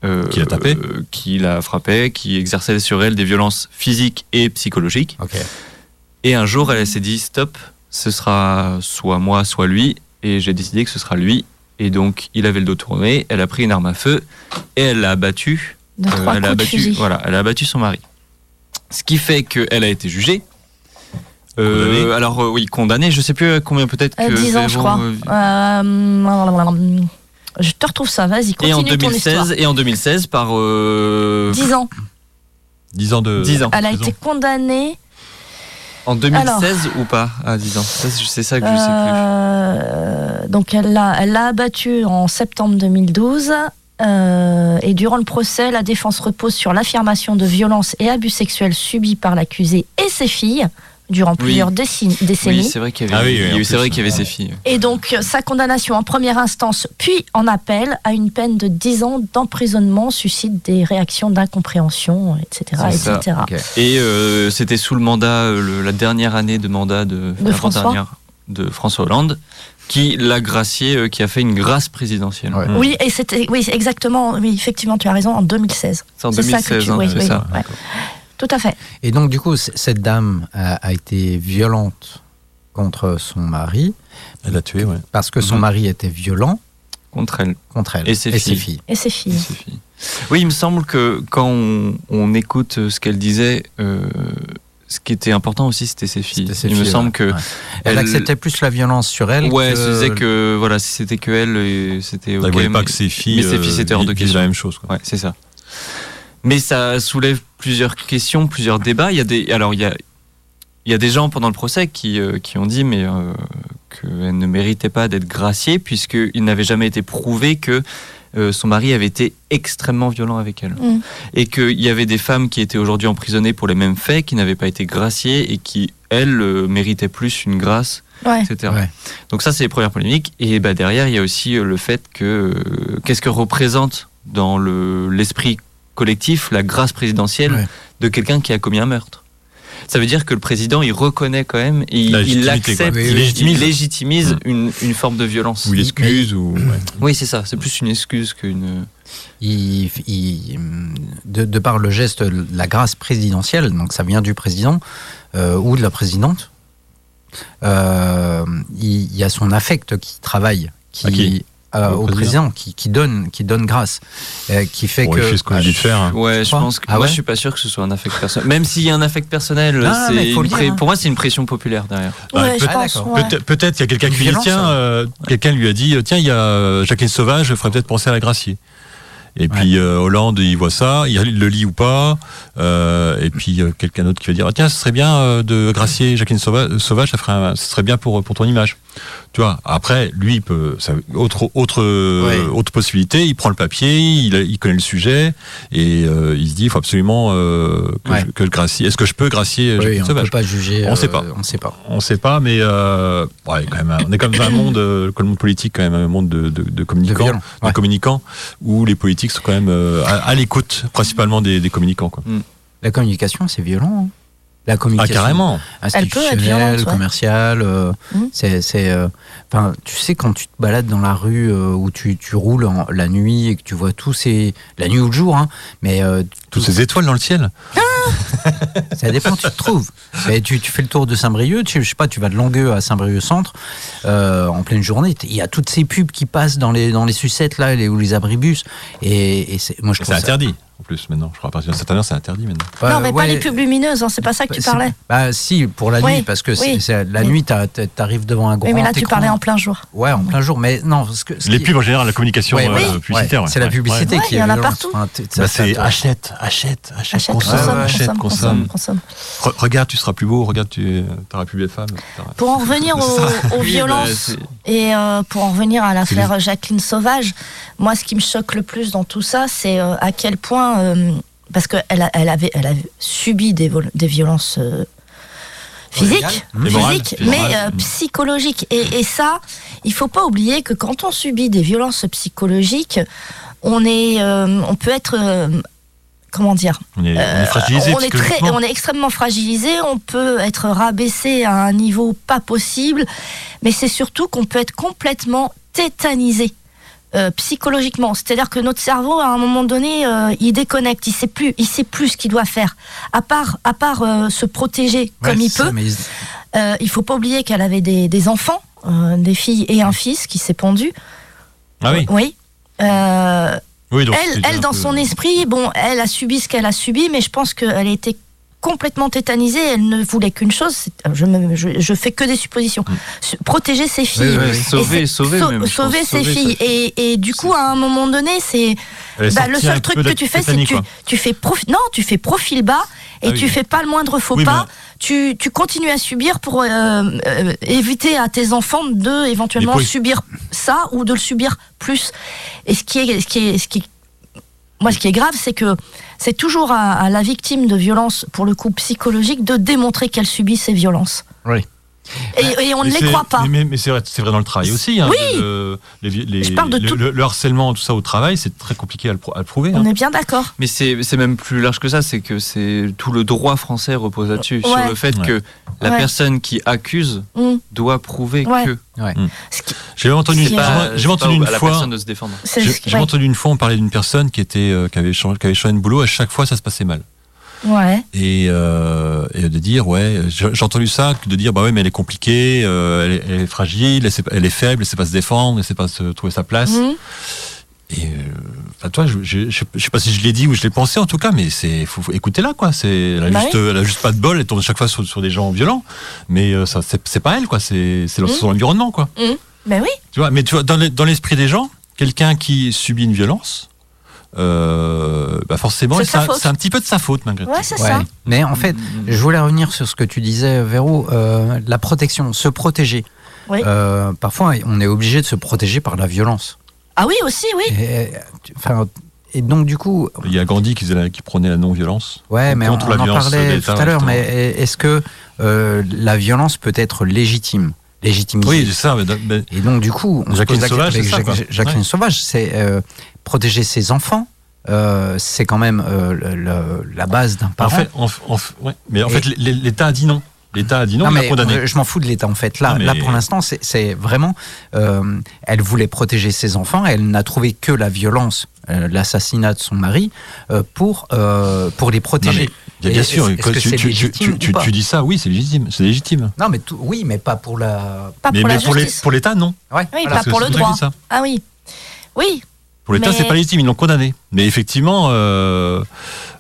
euh, Qui l'a tapé. euh, Qui la frappait, qui exerçait sur elle des violences physiques et psychologiques. Ok. Et un jour, elle s'est dit stop, ce sera soit moi, soit lui. Et j'ai décidé que ce sera lui. Et donc, il avait le dos tourné. Elle a pris une arme à feu et elle l'a abattu. De euh, trois elle a coups de abattu. fusil. Voilà, elle a abattu son mari. Ce qui fait qu'elle a été jugée. Euh, Condamnée. alors euh, oui, condamnée. Je sais plus à combien peut-être. Euh, que 10 ans, je zéro, crois. euh, Euh, Je te retrouve ça, vas-y, Et Euh, continue en ton histoire. 2016 et en 2016 par euh, 10 ans. 10 ans de. 10 ans. Elle a Disons. été condamnée. En 2016 ou pas à 10 ans. Ça, c'est- C'est ça que je sais plus. euh, donc elle l'a elle l'a abattue en septembre 2012. euh, et durant le procès, la défense repose sur l'affirmation de violences et abus sexuels subis par l'accusé et ses filles durant plusieurs décennies. Oui, décennies. c'est vrai qu'il y avait. Ah oui, oui, il y a en eu- c'est plus, vrai qu'il y avait ouais. ses filles. Et donc, euh, sa condamnation en première instance, puis en appel, à une peine de 10 ans d'emprisonnement suscite des réactions d'incompréhension, etc. C'est ça. etc. Ok. Et euh, c'était sous le mandat, euh, le- la dernière année de mandat de, De François. l'avant-dernière de François Hollande, qui l'a gracié, euh, qui a fait une grâce présidentielle. Ouais. Mm. Oui, et c'était, oui, exactement, oui, effectivement, tu as raison, en 2016. C'est en C'est ça 2016, que tu- hein, oui, c'est oui. ça. Ouais. Tout à fait. Et donc, du coup, c- cette dame euh, a, a été violente contre son mari Elle l'a tué, ouais. parce que son Mhm. mari était violent Contre elle. contre elle Et ses filles. Et ses filles. ses filles. Oui, il me semble que quand on, on écoute euh, ce qu'elle disait, euh, ce qui était important aussi, c'était ses filles. C'était ses il me filles, semble ouais. que. Ouais. Elle, acceptait plus la violence sur elle. Ouais, que- se disait que voilà, si c'était que elle, euh, c'était ok. Elle voulait pas mais- que ses filles. mais ses filles, euh, c'était hors de vivent question. la même chose. Quoi. Ouais, c'est ça. Mais ça soulève plusieurs questions, plusieurs débats. Il y a des, alors il y a, il y a des gens pendant le procès qui, euh, qui ont dit mais euh, qu'elle ne méritait pas d'être graciée puisqu'il n'avait jamais été prouvé que euh, son mari avait été extrêmement violent avec elle Mm. et qu'il y avait des femmes qui étaient aujourd'hui emprisonnées pour les mêmes faits, qui n'avaient pas été graciées et qui elles euh, méritaient plus une grâce Ouais. etc. Ouais. Donc ça, c'est les premières polémiques. Et bah, derrière, il y a aussi euh, le fait que euh, qu'est-ce que représente dans le l'esprit collectif la grâce présidentielle Ouais. de quelqu'un qui a commis un meurtre. ça veut dire que le président, il reconnaît quand même, et il, La il légitimité, accepte, quoi. il, Il légitimise. il légitimise une, une forme de violence. Ou il excuse, ou. ouais. Oui, c'est ça. C'est plus une excuse qu'une. il- il- de, de par le geste, la grâce présidentielle, donc ça vient du président euh, ou de la présidente, euh, il, il y a son affect qui travaille, qui, À qui euh, Au au président président, qui, qui donne, qui donne grâce, euh, qui fait Bon, que. il fait ce qu'on lui dit de faire. hein. Ouais, Tu je crois pense que. Ah moi, ouais je suis pas sûr que ce soit un affect personnel. Même s'il y a un affect personnel, Ah, mais c'est faut une le dire, pré- hein. pour moi, c'est une pression populaire derrière. Ah, Ouais, je peut- pense. d'accord. ouais. Peut-être peut-être qu'il y a quelqu'un qui lui dit Violence, tiens, hein. euh, quelqu'un lui a dit tiens, il y a euh, Jacqueline Sauvage, il faudrait peut-être penser à la gracier. Et puis euh, Hollande, il voit ça, il le lit ou pas. euh, et puis euh, quelqu'un d'autre qui va dire Ah, tiens, ce serait bien euh, de gracier Jacqueline Sauva- Sauvage, ça ferait un- ce serait bien pour euh, pour ton image. Tu vois. Après, lui, il peut ça- autre autre euh, autre possibilité. Il prend le papier, il, il connaît le sujet et euh, il se dit il faut absolument euh, que, Ouais. je, que je gracie. Est-ce que je peux gracier euh, Oui, Jacqueline on ne Sauvage peut pas juger. On euh, sait pas. On sait pas. on sait pas, mais euh, ouais, quand même, un- on est comme dans un monde, euh, comme le monde politique, quand même, un monde de, de- de De communicants, violent, de ouais. communicants, où les politiques sont quand même euh, à, à l'écoute, principalement des, des communicants. Quoi. La communication, c'est violent. hein. La Ah, communication. carrément. Elle peut être institutionnelle, violente, ouais. commerciale. euh, Mhm. c'est, c'est, euh, enfin, tu sais, quand tu te balades dans la rue euh, ou tu, tu roules en- la nuit et que tu vois tous ces. La nuit ou le jour, hein, mais euh, Toutes ces étoiles dans le ciel. ça dépend, tu te trouves. Mais tu, tu fais le tour de Saint-Brieuc, tu, je sais pas, tu vas de Longueux à Saint-Brieuc-Centre euh, en pleine journée. t- Il y a toutes ces pubs qui passent dans les, dans les sucettes là, les, ou les abribus. Et, et c'est, moi, je Et trouve C'est ça. interdit, en plus, maintenant. Je crois, à partir d'un certain heure, c'est interdit maintenant. non, mais pas ouais. les pubs lumineuses, hein, c'est pas ça que tu C'est- parlais. Bah si, pour la Oui, nuit, parce que c'est- oui. c'est- la Mais- nuit, t'as- t'as- t'arrives devant un grand Oui, mais là, tu écran. parlais en plein jour. Ouais, en plein jour, mais non, parce que... ce Les qui- pubs, en général, la communication Ouais, euh, oui. publicitaire. Ouais, ouais. c'est la Ouais. publicité Ouais, qui il y est en a violente. partout. Enfin, t- ça- Bah, ça- c'est ça- achète, achète, achète, Achète, consomme, consomme, achète, consomme, consomme. consomme, consomme. Re- regarde, tu seras plus beau, regarde, tu auras plus belle femme, etc. Pour en revenir C'est aux, aux Oui, bah, violences c'est- et euh, pour en revenir à l'affaire Jacqueline Sauvage, moi, ce qui me choque le plus dans tout ça, c'est euh, à quel point, euh, parce qu'elle a, elle avait, elle a subi des, vol- des violences euh, physiques, Et morales, physiques, puis mais morales. euh, psychologiques. Et, et ça, il faut pas oublier que quand on subit des violences psychologiques, on est, euh, on peut être, euh, comment dire, On est, on est fragilisé on est, très, psychologiquement. on est extrêmement fragilisé, on peut être rabaissé à un niveau pas possible, mais c'est surtout qu'on peut être complètement tétanisé euh, psychologiquement. C'est-à-dire que notre cerveau, à un moment donné, euh, il déconnecte, il sait plus, il sait plus ce qu'il doit faire. À part, à part euh, se protéger ouais, comme il c'est ça, peut, mais ils- euh, il faut pas oublier qu'elle avait des, des enfants, euh, des filles et un fils qui s'est pendu. Ah oui, Oui. Euh, oui donc, elle, c'était elle un dans peu- son esprit, bon, elle a subi ce qu'elle a subi, mais je pense qu'elle était complètement tétanisée. Elle ne voulait qu'une chose. c'est- euh, Je, me- je, je fais que des suppositions. Mm. Se- Protéger ses filles. oui, Et sauver- c'est- sauver sau- même, je sauver pense, ses sauver filles. sa fille. Et, et du coup, à un moment donné, c'est Elle est bah, sortie le un seul truc peu de que la tu fais, c'est que tétanie, tu, quoi. tu fais profil. Non, tu fais profil bas et Ah oui. tu fais pas le moindre faux Oui, mais- pas. Tu, tu continues à subir pour euh, euh, éviter à tes enfants de éventuellement Mais pour- subir ça ou de le subir plus. Et ce qui est, ce qui est, ce qui est- moi, ce qui est grave, c'est que c'est toujours à, à la victime de violences, pour le coup psychologique, de démontrer qu'elle subit ces violences. Oui. Et, et on ne Mais les c'est- croit pas. Mais, mais- mais c'est vrai, c'est vrai dans le travail aussi. hein, Oui. le, le- les- les- Je parle de le- tout. le- le harcèlement, tout ça au travail, c'est très compliqué à le, pro- à le prouver. hein. On est bien d'accord. Mais c'est c'est même plus large que ça, c'est que c'est tout le droit français repose là-dessus, sur Ouais. le fait Ouais. que la Ouais. personne qui accuse Mm. doit prouver Ouais. que Ce qui- J'ai entendu, C'est j'ai- pas- j'ai entendu une à la fois. personne de se défendre. c'est J'ai ce qui- j'ai entendu une fois, on parlait d'une personne qui était euh, qui avait changé, qui avait changé de boulot. À chaque fois, ça se passait mal. ouais. Et, euh, et de dire ouais, j'ai j'ai entendu ça, que de dire bah ouais, mais elle est compliquée, euh, elle, est, elle est fragile, elle, sait pas- elle est faible, elle sait pas se défendre, elle sait pas se trouver sa place. Mm. Et euh, enfin, toi, je, je, je- je sais pas si je l'ai dit ou je l'ai pensé en tout cas, mais c'est faut, faut écouter là quoi. C'est elle, a Bah juste- euh, elle a juste pas de bol, elle tombe chaque fois sur, sur des gens violents, mais euh, ça c'est c'est pas elle quoi. C'est c'est leur- Mhm. son environnement quoi. Ben oui. Tu vois, mais tu vois dans les- dans l'esprit des gens, quelqu'un qui subit une violence, euh, bah forcément, C'est de c'est sa un, faute. c'est un petit peu de sa faute malgré tout. Ouais, c'est ouais. ça. Mais en fait, Mm. je voulais revenir sur ce que tu disais, Véro, euh, la protection, se protéger. Oui. Euh, parfois, on est obligé de se protéger par la violence. Ah oui, aussi, oui. Et, enfin, et donc, du coup, Il y a Gandhi qui, faisait la- qui prônait la non-violence. Ouais, mais on, contre la on en violence parlait tout d'État, à l'heure, justement. mais est-ce que euh, la violence peut être légitime Légitimisée Oui, c'est ça. mais- mais- Et donc, du coup, on se Jacqueline pose la Sauvage, avec c'est ça, Jacques- quoi. Jacqueline Ouais. Sauvage, c'est euh, protéger ses enfants, euh, c'est quand même euh, le- le- la base d'un En parent. fait, en f- en f- ouais. mais en Et- fait, l- l- l'État a dit non. L'État a dit non, Non, il mais l'a condamné. euh, je m'en fous de l'État en fait. Là, Non, mais- là pour l'instant, c'est- c'est vraiment. euh, elle voulait protéger ses enfants. Elle n'a trouvé que la violence, euh, l'assassinat de son mari, euh, pour euh, pour les Non, mais protéger. bien, Et bien est-ce- sûr, est-ce quand que tu, c'est tu- tu- légitime tu- ou tu- pas tu dis ça, oui, c'est légitime. C'est légitime. Non, mais tout- oui, mais pas pour la. Pas mais pour mais la pour les- justice. pour l'État, non. Ouais. Oui, voilà. pas Parce que pour c'est le toi qui droit. dis ça. Ah oui. Oui, Pour l'État, Mais- c'est pas légitime, ils l'ont condamné. Mais effectivement, euh,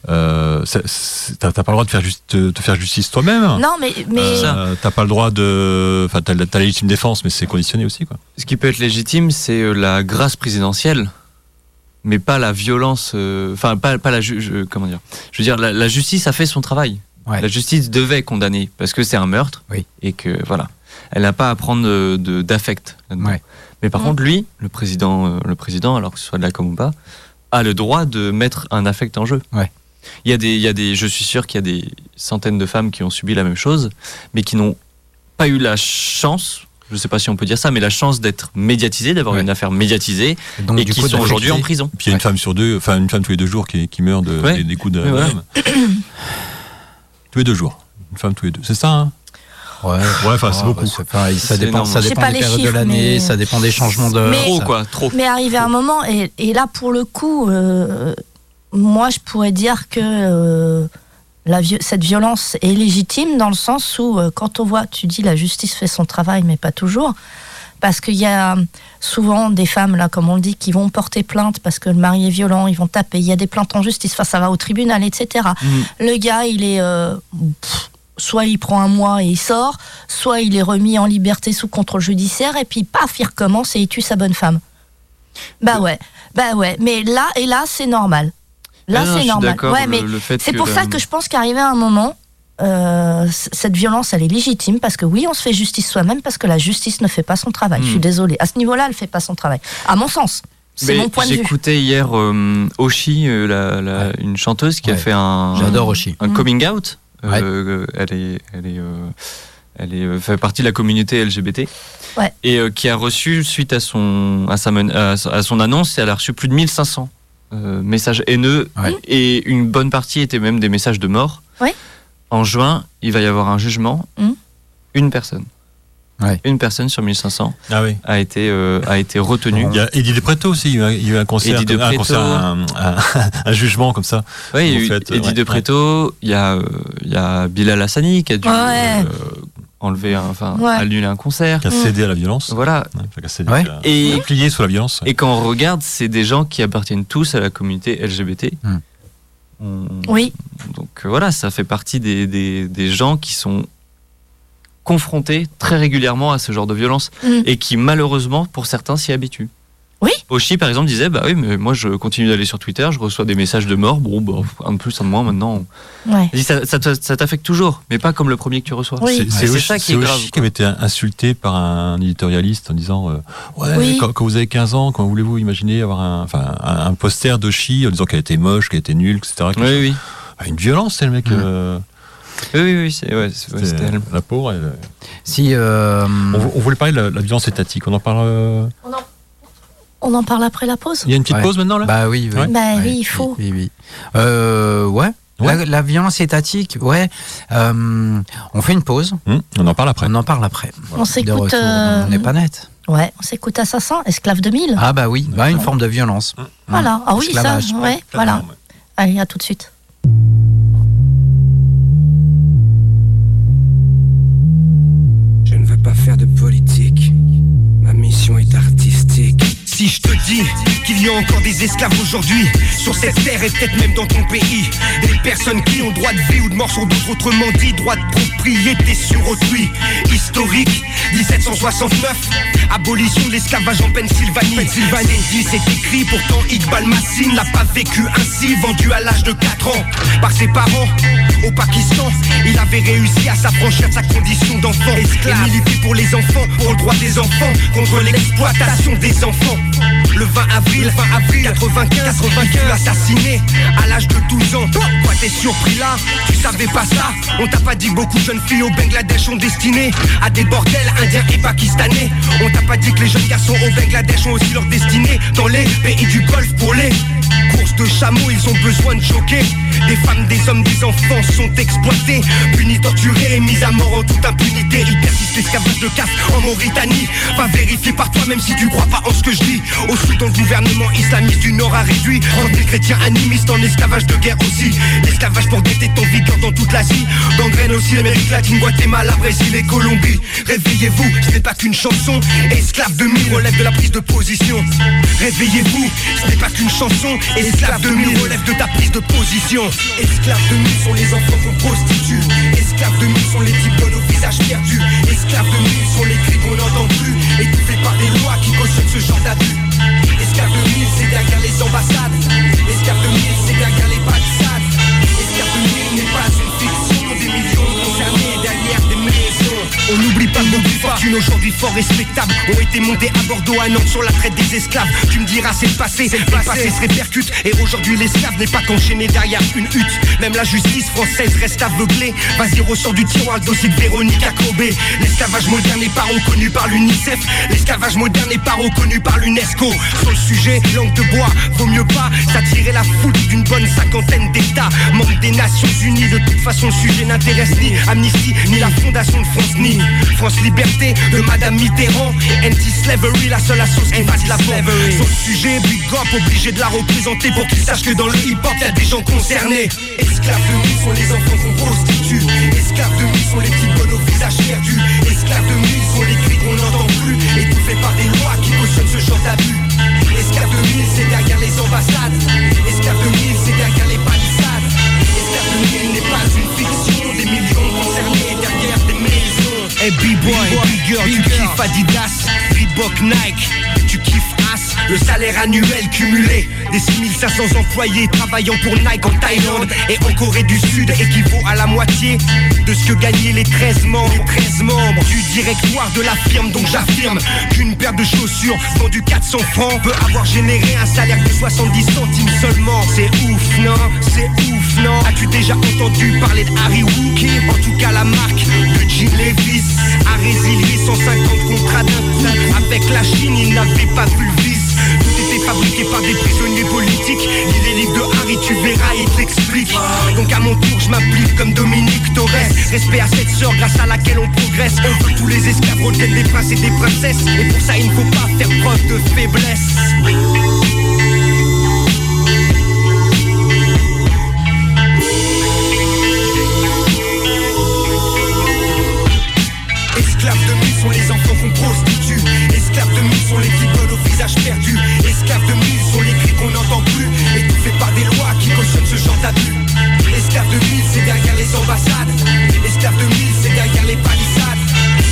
euh, c'est- c'est- t'as t'as pas le droit de faire juste, te, te faire justice toi-même. non, mais, mais Ah. Euh, t'as pas le droit de. Enfin, t'as t'as la légitime défense, mais c'est conditionné aussi, quoi. Ce qui peut être légitime, c'est euh, la grâce présidentielle, mais pas la violence. euh, Enfin, pas, pas la ju- je- comment dire. Je veux dire, la, la justice a fait son travail. Ouais. La justice devait condamner parce que c'est un meurtre Oui. et que voilà, elle n'a pas à prendre euh, de- d'affect. là-dedans. Ouais. Mais par Mm. contre, lui, le président, euh, le président, alors que ce soit de la com ou pas, a le droit de mettre un affect en jeu. Ouais. Il y a des, il y a des, je suis sûr qu'il y a des centaines de femmes qui ont subi la même chose, mais qui n'ont pas eu la chance. Je ne sais pas si on peut dire ça, mais la chance d'être médiatisées, d'avoir Ouais. une affaire médiatisée, Donc, et qui sont aujourd'hui en prison. Puis il y a une femme sur deux, enfin une femme tous les deux jours qui, qui meurt de, Ouais. des, des coups de Ouais, ouais. d'arme. tous les deux jours. Une femme tous les deux. C'est ça, hein Ouais, Ouais, enfin, c'est Ah, beaucoup. bah, c'est pareil, ça C'est dépend, énorme. ça J'ai dépend pas des les périodes de chiffres, l'année, mais- ça dépend des changements de. Mais- Bah, Trop, ça. quoi, trop. Mais arrivé un moment, et, et là pour le coup, euh, moi je pourrais dire que euh, la, vi- cette violence est légitime dans le sens où euh, quand on voit, tu dis la justice fait son travail, mais pas toujours. Parce qu'il y a euh, souvent des femmes, là, comme on le dit, qui vont porter plainte parce que le mari est violent, ils vont taper, il y a des plaintes en justice, enfin, ça va au tribunal, etc. Mm. Le gars, il est. euh, pff, soit il prend un mois et il sort, soit il est remis en liberté sous contrôle judiciaire, et puis paf, il recommence et il tue sa bonne femme. Euh. Bah ouais, bah ouais. Mais là, et là, c'est normal. Là, Ah non, je c'est suis normal. d'accord, Ouais, le- mais le fait c'est pour la- ça que je pense qu'arrivé à un moment, euh, c- cette violence, elle est légitime parce que oui, on se fait justice soi-même parce que la justice ne fait pas son travail. Je suis Hmm. désolée. À ce niveau-là, elle fait pas son travail. À mon sens, c'est Mais mon point de vue. J'écoutais hier euh, Oshi, euh, la- la- une chanteuse qui a Ouais. fait un, J'adore aussi. un Mm. coming out. Ouais. Euh, elle est, elle est, euh, elle est, euh, fait partie de la communauté LGBT. Ouais. Et euh, qui a reçu suite à son, à sa, men- à sa- à son annonce, elle a reçu plus de 1500 euh, messages haineux Ouais. et une bonne partie étaient même des messages de mort. Ouais. En juin, il va y avoir un jugement. Mm. Une personne. Ouais. Une personne sur 1500 Ah oui. a été, euh, a été Oh retenue. Il y a Eddie De Preto aussi, il y a eu un- il y a eu un concert, Eddie De un, Preto. concert un, un- un jugement comme ça. Oui, il y a En eu fait, euh, Eddie ouais, de ouais. Preto, il y, a, euh, il y a Bilal Hassani qui a dû Ouais. euh, enlever, un- enfin, Ouais. annuler un concert. qui a Mm. cédé à la violence. Voilà. Ouais, enfin, qui a cédé, Ouais. qui a- Et- qui a plié sous la violence. Et quand on regarde, c'est des gens qui appartiennent tous à la communauté LGBT. Hmm. On- Oui, Donc euh, voilà, ça fait partie des, des- des gens qui sont confrontés très régulièrement à ce genre de violence Hmm. et qui malheureusement, pour certains, s'y habituent. Oui. Oshi, par exemple, disait Bah oui, mais moi je continue d'aller sur Twitter, je reçois des messages de mort. Bon, bah, un de plus, un de moins maintenant. ouais. Il dit, ça, ça te- ça t'affecte toujours, mais pas comme le premier que tu reçois. Oui. Et C'est Ah, C'est Oshi- ça qui c'est est Oshi grave. qui avait été insulté par un éditorialiste en disant euh, Ouais, Oui. quand, quand vous avez 15 ans, comment voulez-vous imaginer avoir un, enfin, un, un poster d'Oshi en disant qu'elle était moche, qu'elle était nulle, etc. Oui, oui, oui, Ah, une violence, c'est le mec. Mm. euh, oui, oui, c'est ouais, c'est- ouais, c'était- c'était elle. Mm. la pauvre. elle- Si euh, On, vou- on voulait parler de la, la violence étatique. On en parle. euh, On en parle après la pause. Il y a une petite Ouais. pause maintenant là Bah oui, oui. Ouais. Bah Ouais, oui, il faut. Oui, oui. Euh, ouais. Ouais. La, la violence étatique, ouais. Euh, on fait une pause, Hum, On en parle après. on en parle après. On De s'écoute. retour, euh, On n'est pas net. Ouais, on s'écoute Assassin, Esclave 2000. Ah bah oui, bah, une forme de violence. voilà. Ah oui, ça. esclavage, Ouais, voilà. Allez, à tout de suite. Je ne veux pas faire de politique. Ma mission est artistique. Si je te dis qu'il y a encore des esclaves aujourd'hui sur cette terre et peut-être même dans ton pays, des personnes qui ont droit de vie ou de mort sur d'autres, autrement dit droit de propriété sur autrui. Historique, 1769, abolition de l'esclavage en Pennsylvanie. Pennsylvanie, c'est écrit, pourtant Iqbal Massin n'a pas vécu ainsi, vendu à l'âge de 4 ans par ses parents au Pakistan. Il avait réussi à s'affranchir de sa condition d'enfant esclave. Et militer pour les enfants, pour le droit des enfants, contre l'exploitation des enfants. Le 20 avril, 20 avril 95, il fut assassiné à l'âge de 12 ans Attention, toi t'es surpris là, tu savais pas ça On t'a pas dit beaucoup de jeunes filles au Bangladesh sont destinées à des bordels indiens et pakistanais On t'a pas dit que les jeunes garçons au Bangladesh ont aussi leur destinée Dans les pays du Golfe pour les courses de chameaux ils ont besoin de choquer Des femmes, des hommes, des enfants sont exploités Punis, torturés et mis à mort en toute impunité Ils persistent l'esclavage de casse en Mauritanie Va vérifier par toi-même si tu crois pas en ce que je dis Au Soudan le gouvernement islamiste du Nord a réduit Rendu les chrétiens animistes en esclavage de guerre aussi L'esclavage pour guetter ton vigueur dans toute l'Asie Gangrène aussi l'Amérique latine, Guatemala, Brésil et Colombie Réveillez-vous, ce n'est pas qu'une chanson Esclave de mur relève de la prise de position Réveillez-vous, ce n'est pas qu'une chanson Esclave de mur relève de ta prise de position Esclave de mur sont les enfants qu'on prostitue Esclaves de mur sont les types au visage perdu Esclaves de mur sont les cris qu'on n'entend plus Étouffés par des lois qui cautionnent ce genre d'abus Esclaves de mur c'est derrière les ambassades Esclaves de mur c'est derrière les palissades Esclaves de mur n'est pas une fiction Des millions de concernés derrière des maisons on n'oublie pas que nos plus fortunes aujourd'hui fort respectables ont été montées à Bordeaux, à Nantes sur la traite des esclaves. Tu me diras c'est le passé, le passé se répercute et aujourd'hui l'esclave n'est pas qu'enchaîné derrière une hutte. Même la justice française reste aveuglée. Vas-y ressort du tiroir le dossier de Véronique Acrobé. L'esclavage moderne n'est pas reconnu par l'UNICEF. L'esclavage moderne n'est pas reconnu par l'UNESCO. Sur le sujet, langue de bois, vaut mieux pas s'attirer la foudre d'une bonne cinquantaine d'États. Membre des Nations Unies, de toute façon le sujet n'intéresse ni Amnesty ni la Fondation de France ni France Liberté de Madame Mitterrand Anti-slavery, la seule assoce qui passe la bombe Sur le sujet, Big Up obligé de la représenter Pour qu'ils sachent que dans le hip-hop y'a des gens concernés Esclaves de nuit sont les enfants qu'on prostitue Esclaves de nuit sont les petits bonnes au visage perdu Esclaves de nuit sont les cris qu'on n'entend plus Étouffés par des lois qui cautionnent ce genre d'abus Esclaves de nuit c'est derrière les ambassades Esclaves de nuit c'est derrière les palissades Esclaves de nuit n'est pas une fiction Des millions concernés derrière des maisons Hey B-boy, bigger, tu kiffes Adidas, Reebok, Nike, tu kiffes As, le salaire annuel cumulé des 6500 employés travaillant pour Nike en Thaïlande et en Corée du Sud équivaut à la moitié de ce que gagnaient les 13 membres, les 13 membres du directoire de la firme donc j'affirme qu'une paire de chaussures vendue 400 francs peut avoir généré un salaire de 70 centimes seulement. C'est ouf, non C'est ouf, non As-tu déjà entendu parler de Harry Wookie En tout cas la marque de Jean Levis a résilié 150 contrats d'un coup. Avec la Chine, il n'avait pas vu le vice. Tout était fabriqué par des prisonniers politiques. Lis les livres de Harry, tu verras, il t'explique. Donc à mon tour, je m'implique comme Dominique Torres. Respect à cette sœur grâce à laquelle on progresse. On veut tous les esclaves reviennent des princes et des princesses. Et pour ça, il ne faut pas faire preuve de faiblesse. Esclaves de mue sont les enfants qu'on prostitue Esclaves de mue sont les qui veulent au visage perdu Esclaves de mue sont les cris qu'on n'entend plus Étouffés par des lois qui cautionnent ce genre d'abus Esclaves de mue c'est derrière les ambassades Esclaves de mue c'est derrière les palissades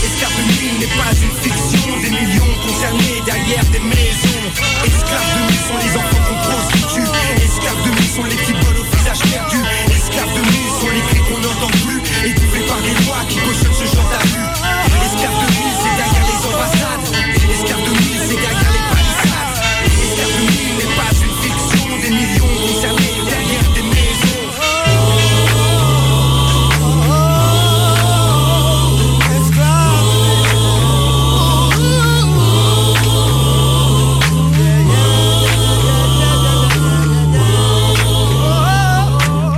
Esclaves de mue n'est pas une fiction Des millions concernés derrière des maisons Esclaves de mue sont les enfants qu'on prostitue Esclaves de mue sont les qui veulent au visage perdu Esclaves de mue sont les cris qu'on n'entend plus Étouffés par des lois qui cautionnent ce genre d'abus Esclaves de mille, c'est derrière les ambassades. Esclaves de mille, c'est derrière les palissades. Esclaves de mille n'est pas une fiction. Des millions concernés derrière des maisons.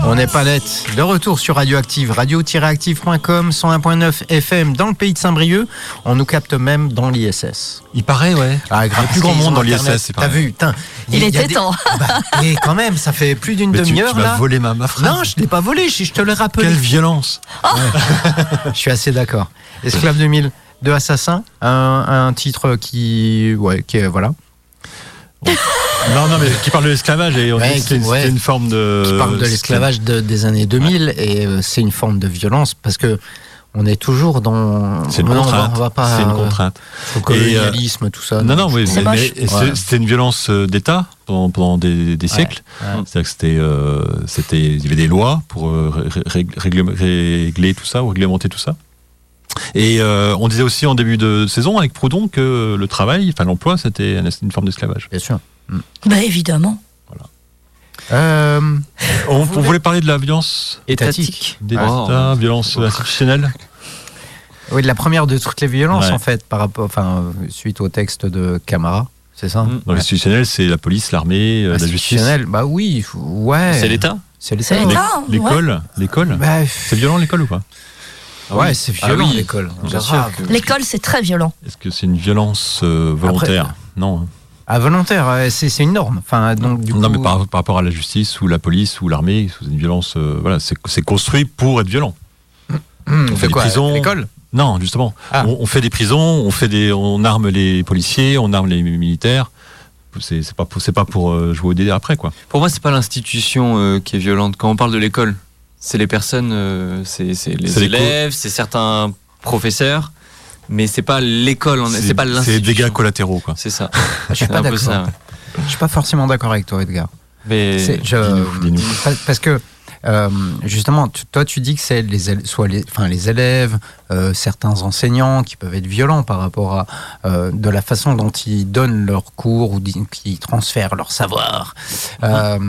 On n'est pas net. De retour sur Radioactive, radio-active.com, 101.9 FM dans le pays de Saint-Brieuc. On nous capte même dans l'ISS. Il paraît, ouais. Ah, grave. Il y a plus grand monde dans l'ISS, c'est T'as pareil. vu, putain. Il y a était des- temps. Bah, et quand même, ça fait plus d'une Mais tu- demi-heure tu m'as là. volé ma, ma phrase. Non, je l'ai pas volé, je, je te l'ai rappelé. Quelle violence Je suis assez d'accord. Esclave 2000, de Assassin, un, un titre qui, ouais, qui est, voilà, Non, non, mais qui parle de l'esclavage et on Ouais, dit que c'est une, qui- ouais. c'est une forme de. qui parle de Euh, c'est- l'esclavage de- des années 2000 et euh, c'est une forme de violence parce que on est toujours dans. C'est une Non, on va- contrainte. on va pas, C'est une euh, contrainte. au colonialisme, tout ça. Non, non, oui, C'est mais, moche. mais c'est- Ouais. c'était une violence euh, d'État pendant, pendant des, des siècles. C'est-à-dire que c'était, euh, c'était, il y avait des lois pour euh, ré- ré- régler, régler tout ça ou réglementer tout ça. Et euh, on disait aussi en début de saison avec Proudhon que le travail, enfin l'emploi, c'était une, une forme d'esclavage. Bien sûr. Bah évidemment. Euh, On, on voulait parler de la violence Étatique. d'État, Oh. violence institutionnelle. oui, de la première de toutes les violences, Ouais. en fait, par rapport, enfin, euh, suite au texte de Camara, c'est ça Mm. Dans l'institutionnel, c'est la police, l'armée, euh, la justice, Institutionnel, bah oui, f- ouais. C'est l'État C'est C'est l'État. l'État. l'é- Ah, ouais. l'école. L'école. Bah, f- C'est violent l'école ou pas Ouais, c'est Ah violent oui. l'école. Bien Grave. sûr que- L'école, c'est très violent. Est-ce que c'est une violence euh, volontaire Non. hein. Ah, volontaire, ouais, c'est c'est une norme. Enfin, donc, du non, coup, mais par, par rapport à la justice ou la police ou l'armée, c'est une violence. euh, voilà, c'est c'est construit pour être violent. hum, on on fait fait quoi des prisons. L'école Non, justement. Ah. On, on fait des prisons, on fait des, on arme les policiers, on arme les militaires. C'est c'est pas pour, c'est pas pour euh, jouer au dé après quoi. Pour moi, c'est pas l'institution euh, qui est violente. Quand on parle de l'école, c'est les personnes, euh, c'est c'est les C'est les élèves, c'est certains professeurs, mais c'est pas l'école, en- c'est pas C'est des l'institution. dégâts collatéraux quoi. C'est ça. Je suis C'est pas un peu d'accord. ça. ouais. Je suis pas forcément d'accord avec toi, Edgar. Mais C'est- je- dis-nous, dis-nous. pa- Parce que euh, justement, tu- toi, tu dis que c'est les, él- soit les, enfin, les élèves, euh, certains enseignants qui peuvent être violents par rapport à euh, de la façon dont ils donnent leurs cours ou di- qu'ils transfèrent leur savoir. Euh,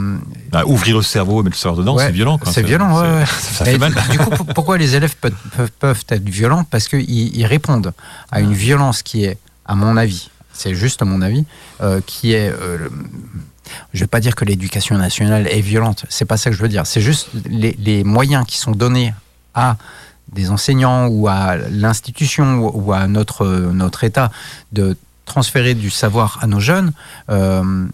Bah, ouvrir le cerveau et mettre le cerveau dedans, Ouais, c'est violent. quoi. c'est violent, ouais, c'est- ouais. Ça Mais fait mal. Du coup, pour- pourquoi les élèves peuvent, peuvent- peuvent être violents Parce qu'ils ils répondent à une violence qui est, à mon avis, c'est juste à mon avis, euh, qui est. euh, le- je ne vais pas dire que l'éducation nationale est violente, c'est pas ça que je veux dire. C'est juste les, les moyens qui sont donnés à des enseignants ou à l'institution ou, ou à notre, euh, notre État de transférer du savoir à nos jeunes, euh,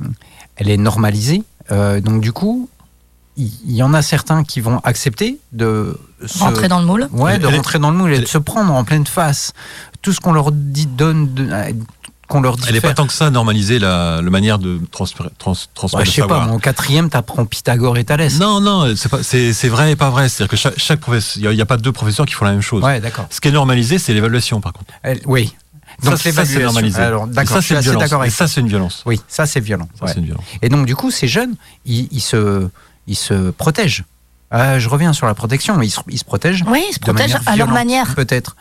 elle est normalisée. Euh, donc du coup, il il y, en a certains qui vont accepter de se- Rentrer dans le moule. Ouais, de Elle est- rentrer dans le moule et de elle- se prendre en pleine face tout ce qu'on leur dit donne de- euh, qu'on leur dit Elle n'est faire. pas tant que ça normaliser la, la manière de transférer trans, transférer Ouais, le je sais pas, savoir. mais en quatrième, t'apprends Pythagore et Thalès. non, non, c'est pas- c'est c'est vrai et pas vrai. C'est-à-dire que chaque, chaque professeur, il n'y a, pas deux professeurs qui font la même chose. Ouais, d'accord. Ce qui est normalisé, c'est l'évaluation, par contre. Elle- Oui. Ça, Donc ça, c'est l'évaluation. normalisé. Alors, Et d'accord, ça, je suis c'est une assez violence. d'accord Et avec ça, c'est une violence. Oui, ça c'est violent. Ça, ouais. c'est une violence. Et donc du coup, ces jeunes, ils, ils se, ils se protègent. Euh, je reviens sur la protection, mais ils se, ils se protègent. Oui, ils se de protègent manière à leur violente, manière. Peut-être.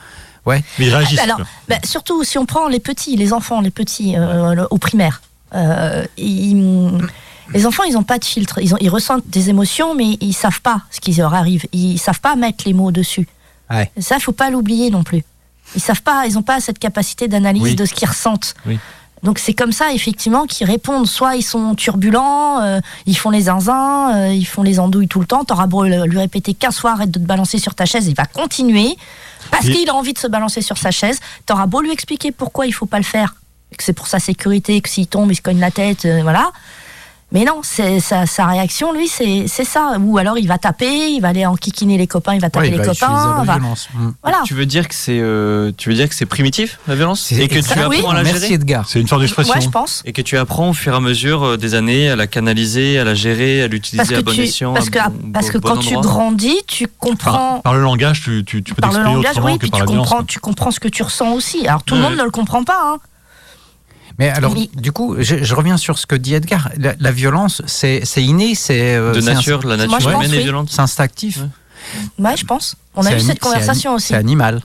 Mais ils réagissent. Alors, quoi. bah, surtout si on prend les petits, les enfants, les petits euh, le- au primaire. euh, ils- les enfants, ils n'ont pas de filtre. Ils, ont- ils ressentent des émotions, mais ils savent pas ce qui leur arrive. Ils savent pas mettre les mots dessus. Ouais. Ça, faut pas l'oublier non plus. Ils savent pas, ils n'ont pas cette capacité d'analyse Oui. de ce qu'ils ressentent. Oui. Donc c'est comme ça effectivement qu'ils répondent. Soit ils sont turbulents, euh, ils font les zinzins, euh, ils font les andouilles tout le temps. T'auras beau le- lui répéter 15 fois arrête de te balancer sur ta chaise, il va continuer parce Oui. qu'il a envie de se balancer sur sa chaise. T'auras beau lui expliquer pourquoi il faut pas le faire, que c'est pour sa sécurité, que s'il tombe il se cogne la tête, euh, voilà. Mais non, c'est sa, sa réaction, lui, c'est c'est ça. Ou alors il va taper, il va aller enquiquiner les copains, il va taper Ouais, il les va utiliser copains. la va- violence. Mm. Voilà. tu veux dire que c'est euh, tu veux dire que c'est primitif la violence C'est et que tu exact- apprends Ah oui. à la Merci gérer Edgar. C'est une sorte d'expression. Moi, je pense. et que tu apprends au fur et à mesure euh, des années à la canaliser, à la gérer, à l'utiliser à bon tu- escient. parce à que, bon- parce que bon quand tu endroit. grandis, tu par, comprends par le langage, tu, tu, tu peux par le t'exprimer langage, autrement oui, que puis par la tu violence. comprends, quoi. tu comprends ce que tu ressens aussi. Alors tout le Ouais, monde ouais. ne le comprend pas. hein. Mais alors, Oui. du coup, je, je reviens sur ce que dit Edgar. La, la violence, c'est c'est inné, c'est euh, de c'est nature, la Moi, nature je pense, humaine est oui. inst- violente. c'est instinctif. Ouais. Ouais, je pense. On a C'est eu ani- cette c'est ani- conversation aussi. C'est animal.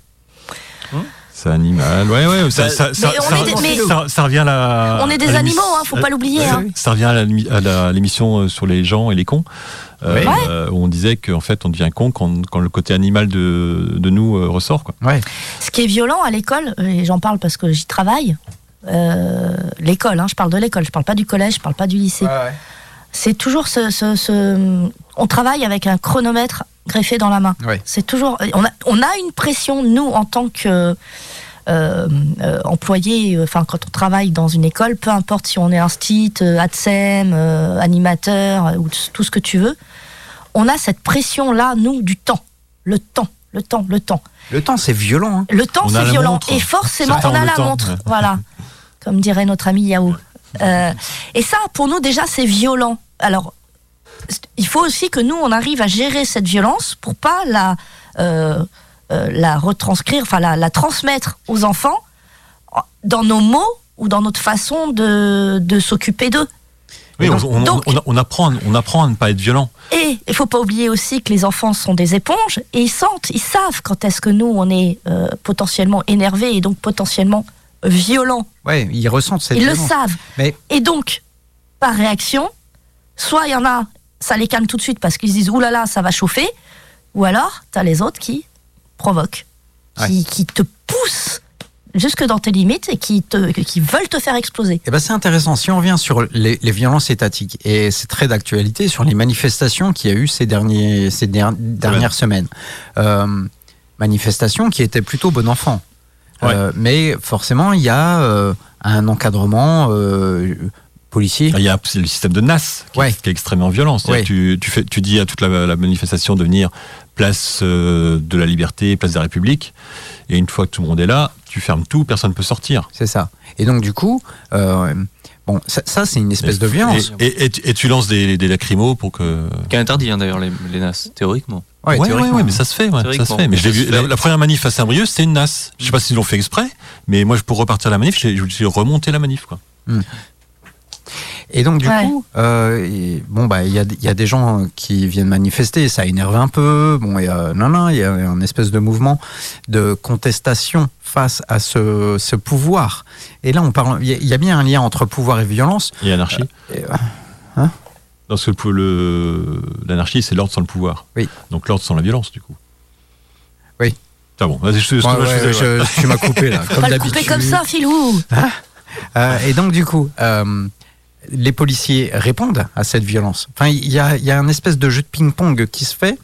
C'est animal. Ouais, ouais. Ça, Bah, ça, ça, mais on ça- est des- mais- ça- ça revient à la. On est des à l'émi- animaux, hein, faut pas l'oublier, Ouais, hein. Ça revient à la- à la- à l'émission euh, sur les gens et les cons. euh, Ouais. euh, où on disait qu'en fait, on devient con quand, quand le côté animal de, de nous euh, ressort. Quoi. Ouais. Ce qui est violent à l'école, et j'en parle parce que j'y travaille, euh, l'école, hein, je parle de l'école, je parle pas du collège, je parle pas du lycée. C'est toujours ce, ce- ce- On travaille avec un chronomètre greffé dans la main. Ouais. C'est toujours. On a, on a une pression, nous, en tant que. euh, euh, employés, euh, enfin quand on travaille dans une école, peu importe si on est instit, euh, ATSEM, euh, animateur euh, ou t- tout ce que tu veux, on a cette pression là, nous, du temps, le temps, le temps, le temps. Le temps, c'est violent. hein. Le temps, On a c'est la violent. montre. Et forcément, Ça on prend a le la temps. montre. Voilà. Comme dirait notre ami Yao. Euh, et ça, pour nous, déjà, c'est violent. Alors, c'est- il faut aussi que nous, on arrive à gérer cette violence pour pas la, euh, euh, la retranscrire, enfin, la, la transmettre aux enfants en- dans nos mots ou dans notre façon de, de s'occuper d'eux. Oui, donc- on, on- donc- on- on apprend, on apprend à ne pas être violent. Et il faut pas oublier aussi que les enfants sont des éponges et ils sentent, ils savent quand est-ce que nous, on est euh, potentiellement énervé et donc potentiellement violent Ouais, ils ressentent cette Ils le violence. savent. Mais- Et donc, par réaction, soit il y en a, ça les calme tout de suite parce qu'ils se disent oulala, là là, ça va chauffer. Ou alors, t'as les autres qui provoquent, qui, qui te poussent jusque dans tes limites et qui, te, qui veulent te faire exploser. Eh ben, c'est intéressant. Si on revient sur les, les violences étatiques, et c'est très d'actualité, sur les manifestations qu'il y a eu ces, derniers, ces der- dernières semaines. Euh, manifestations qui étaient plutôt bon enfant. Euh, mais forcément, il y a euh, un encadrement euh, policier. Il y a c'est le système de NAS qui, Ouais. est, qui est extrêmement violent. C'est-à-dire Ouais. que Tu, tu fais, tu dis à toute la, la manifestation de venir place euh, de la liberté, place de la République, et une fois que tout le monde est là, tu fermes tout, personne ne peut sortir. C'est ça. Et donc, du coup, euh, bon, ça, ça, c'est une espèce de violence. Et, et- et tu- et tu lances des, des lacrymos pour que. Qui est interdit hein, d'ailleurs les, les NAS, théoriquement. Ouais, ouais, théoriquement. ouais, mais ça se fait. ouais, ça se Théoriquement. fait. Mais je l'ai Ça se vu- la, fait. la première manif à Saint-Brieuc, c'était une NAS. Je sais pas s'ils l'ont fait exprès, mais moi, pour repartir à la manif, j'ai- j'ai remonté la manif. Quoi. Et donc, du Ouais. coup, euh, et- bon, bah, il y a, il y a des gens qui viennent manifester, ça énerve un peu. Bon, et, euh, non, non, il y a un espèce de mouvement de contestation face à ce, ce pouvoir. Et là, on parle, il y, a- il y a bien un lien entre pouvoir et violence. Et anarchie Euh, et- hein Hein Parce que le pou- le- l'anarchie, c'est l'ordre sans le pouvoir. Oui. Donc l'ordre sans la violence, du coup. Oui. Ah bon, vas-y, je, je- Ouais, je- ouais, je- je- je- tu m'as coupé là, comme Pas le couper d'habitude. comme ça, filou Euh, et donc, du coup, euh, les policiers répondent à cette violence. Enfin, il y a, il y a un espèce de jeu de ping-pong qui se fait.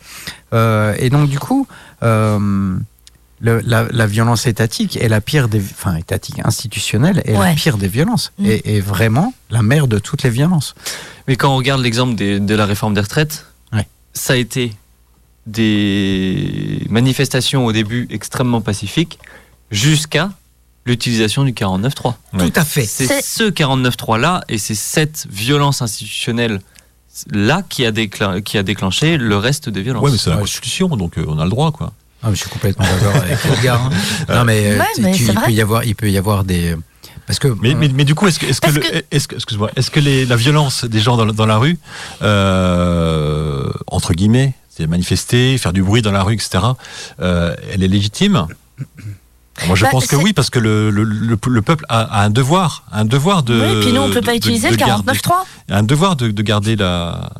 Euh, et donc, du coup, euh, le- la, la violence étatique est la pire des. Enfin, étatique, institutionnelle est la Ouais. pire des violences. Mm. Et, et vraiment la mère de toutes les violences. Mais quand on regarde l'exemple des- de la réforme des retraites, Ouais. ça a été des manifestations au début extrêmement pacifiques jusqu'à l'utilisation du 49-3. Oui. Tout à fait. C'est C'est- ce 49-3 là et c'est cette violence institutionnelle là qui a, décla- qui a déclenché le reste des violences. Ouais, mais c'est la Ouais. Constitution, donc euh, on a le droit, quoi. Ah, mais je suis complètement d'accord avec Edgar. hein. Non, mais, euh, Ouais, tu- mais tu- c'est il, vrai. peut y avoir, il peut y avoir des. Parce que. Mais, on- mais, mais du coup, est-ce que, est-ce que, Parce le- que- est-ce que- excuse-moi, est-ce que les- la violence des gens dans, la- dans la rue, euh, entre guillemets, c'est manifester, faire du bruit dans la rue, etc., euh, elle est légitime moi, je Bah, pense que c'est- oui, parce que le, le, le- le peuple a, a un devoir, un devoir de. Oui, puis nous, on peut pas de- utiliser de le garder- 49.3. un devoir de, de garder la.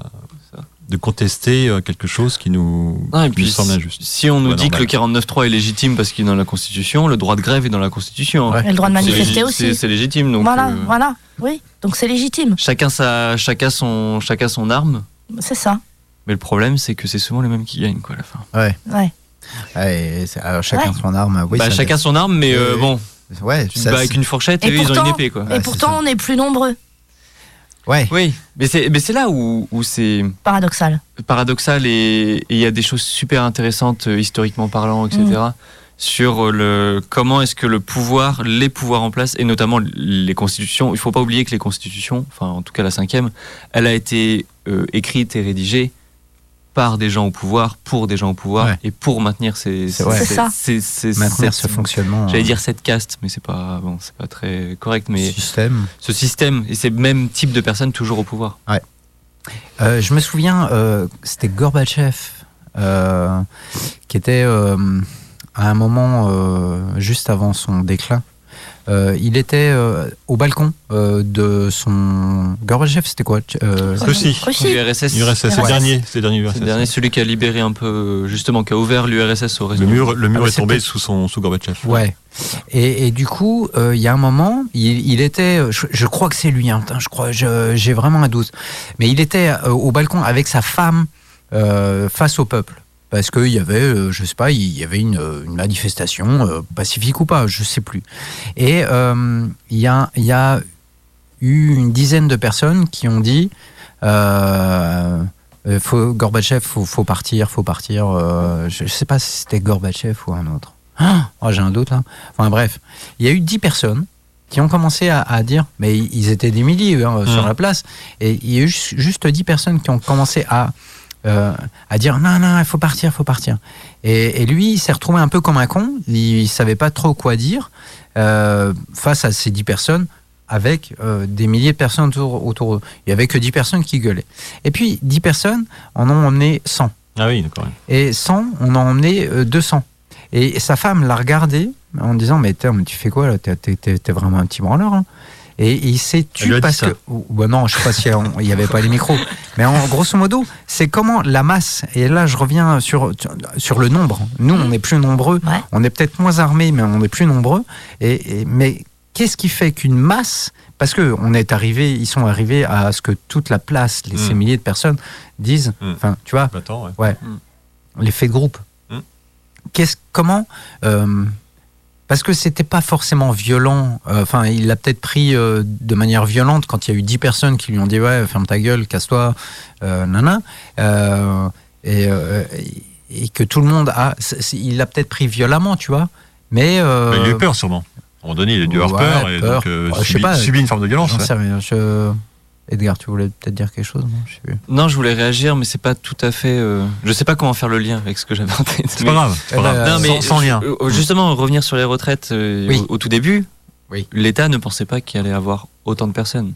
de contester euh, quelque chose qui nous, Ah, et qui nous puis, semble si- injuste. Si on nous Ouais, dit normal. que le 49-3 est légitime parce qu'il est dans la Constitution, le droit de grève est dans la Constitution. Ouais. Et le droit de C'est manifester légi- aussi. c'est- C'est légitime. Donc, voilà, euh, voilà. Oui, donc c'est légitime. Chacun, sa, chacun, son, chacun son arme, C'est ça. mais le problème, c'est que c'est souvent les mêmes qui gagnent, quoi, à la fin. Ouais. Ah, et c'est- alors, chacun Ouais. son arme. Oui, Bah, ça- chacun son arme, mais euh, Oui, bon, Ouais, tu te ça- bats avec une fourchette et, Et eux, ils ont pourtant- une épée, quoi. Ouais, Et c'est ça. pourtant, on est plus nombreux. ouais. Oui, mais c'est mais c'est là où, où c'est Paradoxal. paradoxal et et il y a des choses super intéressantes, euh, historiquement parlant, etc. Mm. Sur euh, le comment est-ce que le pouvoir, les pouvoirs en place, et notamment les constitutions, il faut pas oublier que les constitutions, enfin en tout cas la cinquième, elle a été euh, écrite et rédigée par des gens au pouvoir, pour des gens au pouvoir, Ouais. et pour maintenir ces, C'est ces- vrai. ces- C'est ça. ces- ces- Maintenir ce cette- fonctionnement. euh, J'allais dire cette caste, mais c'est pas bon, c'est pas très correct. Mais système. ce système et ces mêmes types de personnes toujours au pouvoir. Euh, je me souviens, euh, c'était Gorbatchev euh, qui était euh, à un moment euh, juste avant son déclin. Euh, il était euh, au balcon euh, de son. Gorbatchev, c'était quoi Euh, Russie. Russie. L'URSS, URSS, c'est le URSS. dernier, c'est le dernier C'est URSS. le dernier, celui qui a libéré un peu, euh, justement, qui a ouvert l'URSS au reste. Le du mur, monde. le mur Ah, mais est c'est tombé peut-être- sous son sous Gorbatchev. Ouais. Et, et du coup, euh, il y a un moment, il, il était, euh, je, je crois que c'est lui, hein, putain, je crois, je- j'ai vraiment un doute, mais il était euh, au balcon avec sa femme euh, face au peuple. Parce qu'il y avait, euh, je sais pas, il y avait une, euh, une manifestation, euh, pacifique ou pas, je sais plus. Et euh, il y, a, il y a eu une dizaine de personnes qui ont dit euh, euh, faut, Gorbatchev, faut, faut partir, faut partir. euh, je, je sais pas si c'était Gorbatchev ou un autre. Ah, oh, j'ai un doute là. Enfin bref, il y a eu 10 personnes qui ont commencé à, à dire, mais ils étaient des milliers hein, sur Mm. la place, et il y a eu ju- juste 10 personnes qui ont commencé à, euh, à dire non, non, il faut partir, il faut partir. Et, et lui, il s'est retrouvé un peu comme un con, il, il savait pas trop quoi dire euh, face à ces 10 personnes avec euh, des milliers de personnes autour, autour d'eux. Il n'y avait que 10 personnes qui gueulaient. Et puis, 10 personnes en ont emmené 100. Ah oui, d'accord. Et 100, on a emmené euh, 200. Et sa femme l'a regardé en disant Mais, t'es- mais tu fais quoi là T'es- T'es t'es- t'es vraiment un petit branleur. hein. Et il s'est lui tu a dit parce ça. que. ou- ouais, non, je sais pas s'il n'y avait pas les micros. Mais en grosso modo, c'est comment la masse. Et là, je reviens sur, sur le nombre. Nous, on est plus nombreux. Ouais. On est peut-être moins armés, mais on est plus nombreux. Et, et- mais qu'est-ce qui fait qu'une masse. Parce que on est arrivé, ils sont arrivés à ce que toute la place, les, ces Mm. milliers de personnes, disent. Mm. Enfin, tu vois, Attends, ouais. l'effet de groupe. Hmm. Qu'est-ce, comment euh, Parce que c'était pas forcément violent. euh, Enfin, il l'a peut-être pris euh, de manière violente quand il y a eu 10 personnes qui lui ont dit ouais, ferme ta gueule, casse-toi, euh, nana. Euh, et, euh, et que tout le monde a, c'est- c'est- il l'a peut-être pris violemment, tu vois. Mais euh, Bah, il a eu peur sûrement. À un moment donné, il a dû avoir ouais, peur et peur. donc euh, Ouais, je sais subi, pas. subi une forme de violence. j'en ouais. sais rien, je- Edgar, tu voulais peut-être dire quelque chose non Je sais plus. Non, je voulais réagir, mais c'est pas tout à fait. euh, Je sais pas comment faire le lien avec ce que j'avais en tête. C'est pas mais- grave, c'est pas Eh ben, grave. euh, Non, mais sans, sans lien. euh, Justement, revenir sur les retraites euh, Oui. au, au tout début, Oui. l'État ne pensait pas qu'il allait avoir autant de personnes.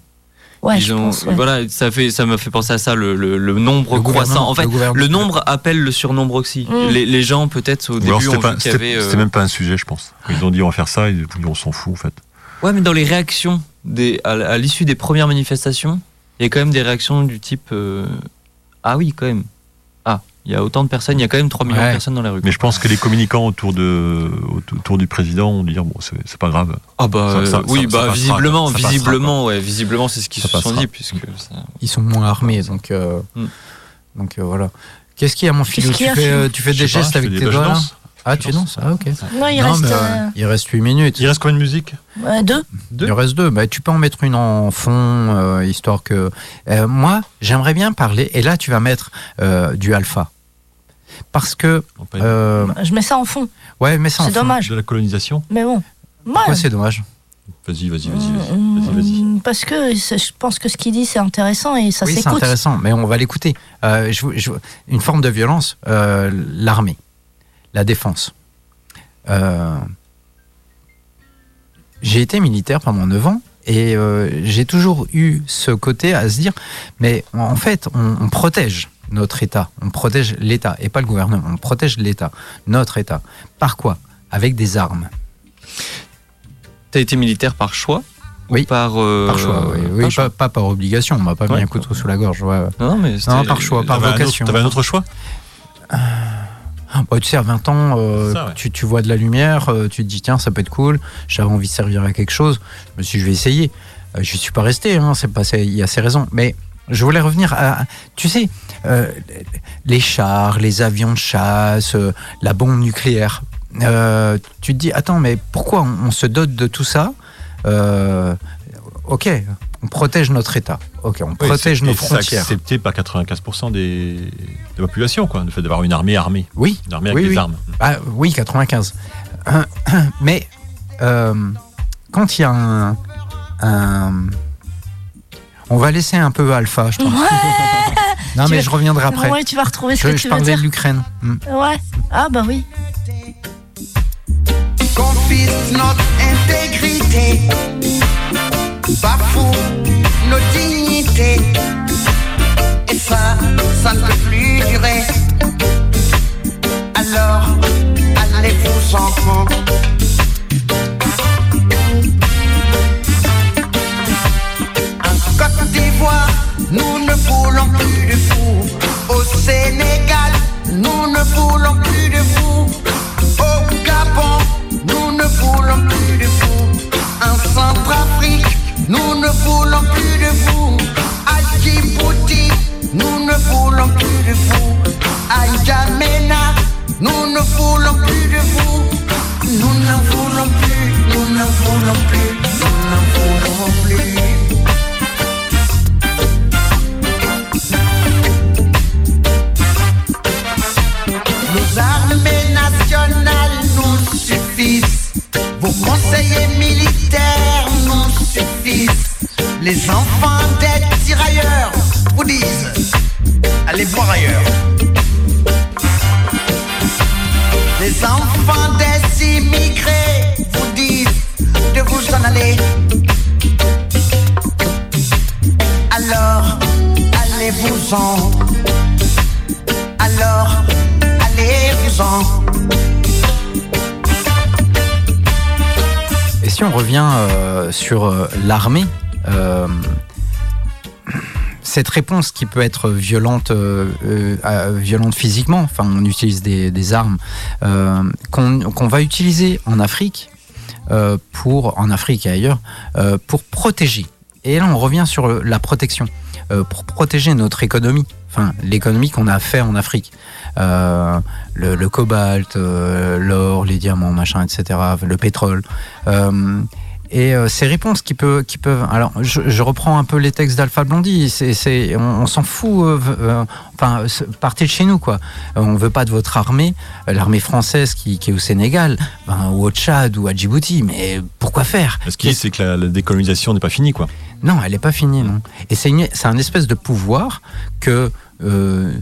Ouais, Ils je ont- pense, ouais. Voilà, ça fait, ça m'a fait penser à ça, le, le- le nombre Le croissant. gouvernement- En fait, le le, gouvernement- nombre appelle le surnombre aussi. Mm. Les, les gens, peut-être, au Ou alors début, c'était ont pas- vu qu'il y c'était avait. euh, c'était même pas un sujet, je pense. Ils ont dit on va faire ça et du coup, on s'en fout en fait. Ouais, mais dans les réactions, des, à, à l'issue des premières manifestations, il y a quand même des réactions du type euh, Ah oui, quand même. Ah, il y a autant de personnes, il y a quand même 3 millions Ouais. de personnes dans la rue. Mais je pense que les communicants autour, de, autour du président ont dit oh, bon, c'est c'est pas grave. Ah bah Ça- ça- euh, ça- oui, ça bah passera, visiblement, quoi. Ça passera, visiblement, ouais, visiblement c'est ce qu'ils Ça se sont passera. dit puisque ça- ils sont moins armés, donc euh, Hmm. donc euh, voilà. Qu'est-ce qu'il y a mon fils Qu'est-ce Tu qu'il y a, fais, Philou euh, tu fais Je des sais pas, gestes je avec fais tes des- je doigts là danse. Ah, tu Je danses Ah, ok. Non, il Non, reste mais, euh, euh, il reste 8 minutes. Il reste combien de musique ouais, Euh, deux. Il reste deux. Bah, tu peux en mettre une en fond, euh, histoire que. Euh, moi, j'aimerais bien parler, et là, tu vas mettre euh, du alpha. Parce que. Non, pas euh, Je mets ça en fond. ouais, mais ça en C'est fond. dommage. De la colonisation Mais bon. Moi, hum, Pourquoi c'est dommage Vas-y, vas-y, vas-y, Mm, vas-y, vas-y, vas-y. Parce que c'est- je pense que ce qu'il dit, c'est intéressant et ça Oui, c'est s'écoute. intéressant, mais on va l'écouter. Euh, je vous- je vous- une forme de violence, euh, l'armée, la défense. Euh, j'ai été militaire pendant 9 ans et euh, j'ai toujours eu ce côté à se dire, mais en- en fait, on, on protège notre État, on protège l'État et pas le gouvernement, on protège l'État, notre État. Par quoi Avec des armes. t'as été militaire par choix Oui. ou par euh, Par choix, oui, oui, par pas, choix pas par obligation, on m'a pas mis Ouais. un couteau sous la gorge. ouais, ouais. Non, non, mais Non, c'était- par choix, par T'avais un autre- vocation. T'avais un autre choix Bah, tu sais, à 20 ans, euh, C'est ça, ouais. tu, tu vois de la lumière, euh, tu te dis, tiens, ça peut être cool, j'avais envie de servir à quelque chose, je me suis dit, je vais essayer. Euh, je suis pas resté, hein, c'est passé, il y a ses raisons. Mais je voulais revenir à, tu sais, euh, les chars, les avions de chasse, euh, la bombe nucléaire. Euh, tu te dis, attends, mais pourquoi on, on se dote de tout ça Euh, Ok, on protège notre État, ok, on Oui, protège c'est- nos et c'est frontières. accepté par 95% des, de la population, quoi, le fait d'avoir une armée armée, Oui, une armée avec Oui, des oui. armes. Ah oui, 95. Mais euh, quand il y a un, un- On va laisser un peu Alpha, je pense. non, Tu mais veux- je reviendrai après. Ouais, tu vas retrouver ce je que je tu veux parlais dire. de l'Ukraine. Hmm. Ouais. Ah bah oui. confisque notre intégrité, bafoue nos dignités. Et ça, ça ne peut plus durer. Alors, allez-vous en compte. En Côte d'Ivoire, nous ne voulons plus de vous. Au Sénégal, nous ne voulons plus de vous. Au Gabon, nous ne voulons plus de vous. En Centrafrique, nous ne voulons plus de vous. À Djibouti, nous ne voulons plus de vous. À N'Djamena, nous ne voulons plus de vous. Nous n'en voulons plus, nous n'en voulons plus, nous n'en voulons plus. Nos armées nationales nous suffisent. Vos conseillers militaires nous suffisent. Les enfants des tirailleurs vous disent allez voir ailleurs. Les enfants des immigrés vous disent de vous en aller. Alors, allez-vous-en. Alors, allez-vous-en. Et si on revient euh, sur euh, l'armée, euh, cette réponse qui peut être violente, euh, euh, euh, violente physiquement, enfin on utilise des, des armes, euh, qu'on qu'on va utiliser en Afrique, euh, pour, en Afrique et ailleurs, euh, pour protéger. Et là on revient sur le- la protection, euh, pour protéger notre économie, enfin l'économie qu'on a fait en Afrique. Euh, le, le cobalt, euh, l'or, les diamants, machin, etc., le pétrole. Euh, et euh, ces réponses qui, peut, qui peuvent. Alors, je, je reprends un peu les textes d'Alpha Blondie. C'est, c'est- on, on s'en fout. euh, v- euh, enfin, c'est- partez de chez nous, quoi. Euh, On veut pas de votre armée, euh, l'armée française qui, qui est au Sénégal, ben, ou au Tchad, ou à Djibouti. Mais pourquoi faire Ce qui est, c'est que la, la décolonisation n'est pas finie, quoi. non, elle n'est pas finie, non. Et c'est une- c'est un espèce de pouvoir que euh,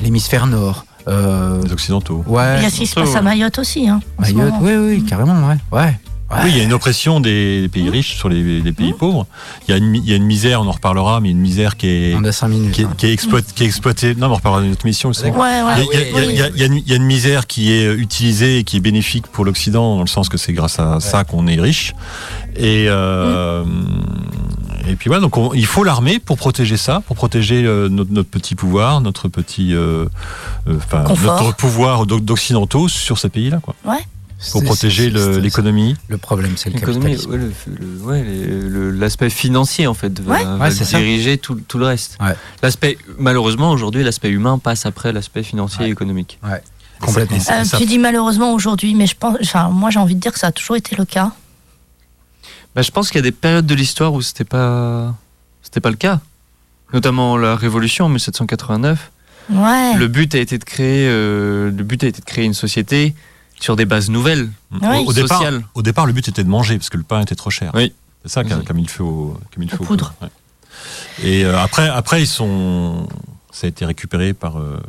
l'hémisphère nord. euh, Les Occidentaux. ouais. Il y a ce qui se surtout, passe à ouais. Mayotte aussi. Hein, en ce Mayotte, moment. oui, oui, carrément, ouais. ouais. Ouais. Oui, il y a une oppression des, des pays riches sur les, les pays pauvres. Il y, a une, mi- il y a une misère, on en reparlera, mais une misère qui est, On a 5 minutes. qui hein. est, qui est exploite- qui est exploitée. Non, mais on reparlera dans une autre mission aussi. Ouais, Ah ouais. Il y a- il y a- il y a- il y a une- il y a une misère qui est euh, utilisée et qui est bénéfique pour l'Occident, dans le sens que c'est grâce à ça qu'on est riche. Et, euh, Mm. et puis voilà, donc on- il faut l'armée pour protéger ça, pour protéger euh, notre, notre petit pouvoir, notre petit. euh, euh, enfin, Confort. notre pouvoir d'oc- d'occidentaux sur ces pays-là, quoi. Pour C'est- protéger c'est- le- c'est- l'économie. Le problème, c'est le L'économie, capitalisme. ouais, le- le- ouais, les- le- l'aspect financier en fait va, Ouais. va Ouais, c'est ça. diriger tout, tout le reste. Ouais. L'aspect malheureusement aujourd'hui l'aspect humain passe après l'aspect financier et économique. Complètement. Et ça- Euh, et ça- tu dis malheureusement aujourd'hui, mais je pense, enfin, moi j'ai envie de dire que ça a toujours été le cas. Bah, je pense qu'il y a des périodes de l'histoire où c'était pas c'était pas le cas, notamment la Révolution en 1789. Ouais. Le but a été de créer, euh, le but a été de créer une société sur des bases nouvelles. Oui. au, au départ, Social. au départ, le but était de manger parce que le pain était trop cher. Oui. C'est ça qu'a Oui. qu'a mis le feu au, qu'a mis le La feu au poudre. pain, ouais. Et euh, après, après, ils sont, ça a été récupéré par, euh,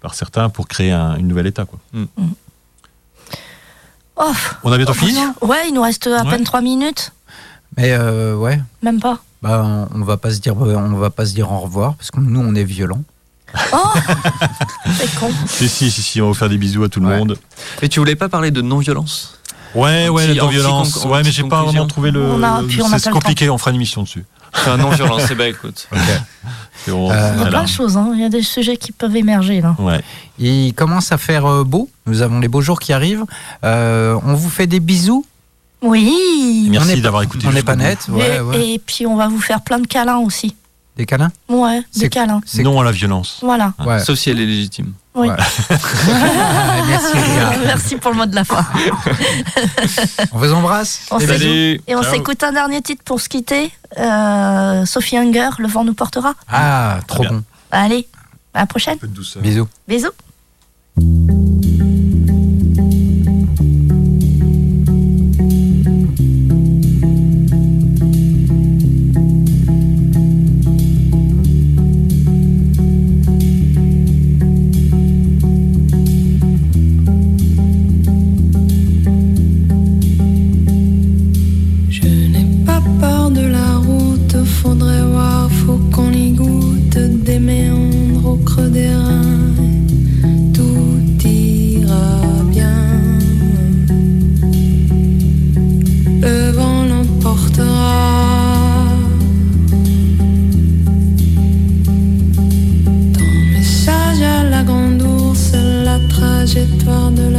par certains pour créer un- une nouvelle État. Quoi. Mm. Mm. Oh, On a bientôt fini non ouais, il nous reste à Ouais. peine 3 minutes, Mais euh, ouais, même pas. bah, on, on va pas se dire, euh, on va pas se dire au revoir parce que nous, on est violents. Oh C'est con. si, si, si, si, on va vous faire des bisous à tout le Ouais. monde. Et tu voulais pas parler de non-violence Ouais, Un ouais, petit- la un petit violence. conc- un Ouais, mais petit j'ai pas conclusion. vraiment trouvé le. On a- puis on n'a C'est pas le compliqué, on fera une émission dessus. Enfin, non-violence, eh ben écoute. Et Euh, on- Il y a voilà. plein de choses, hein. il y a des sujets qui peuvent émerger là. Ouais. Il commence à faire euh, beau. Nous avons les beaux jours qui arrivent. Euh, on vous fait des bisous. Oui On est Merci pas- d'avoir écouté. On n'est jusqu'au pas bout. net. Ouais, et, ouais. et puis on va vous faire plein de câlins aussi. Des câlins. Ouais, C'est- des câlins. C'est- Non à la violence. Voilà. Ouais. Sauf si elle est légitime. Ah, Merci. les gars. Merci pour le mot de la fin. On vous embrasse. On Eh ben, s'écoute- Salut Et on Ciao. s'écoute un dernier titre pour se quitter. Euh, Sophie Hunger, Le vent nous portera. Bah, Ah, trop Très bien. bon. Allez, à la prochaine. peu de douceur. Bisous. Bisous. Je n'ai pas peur de la route, faudrait voir, faut qu'on y goûte des méandres au creux des reins. Tout ira bien. Le vent l'emportera. Ton message à la grande ours, la trajectoire de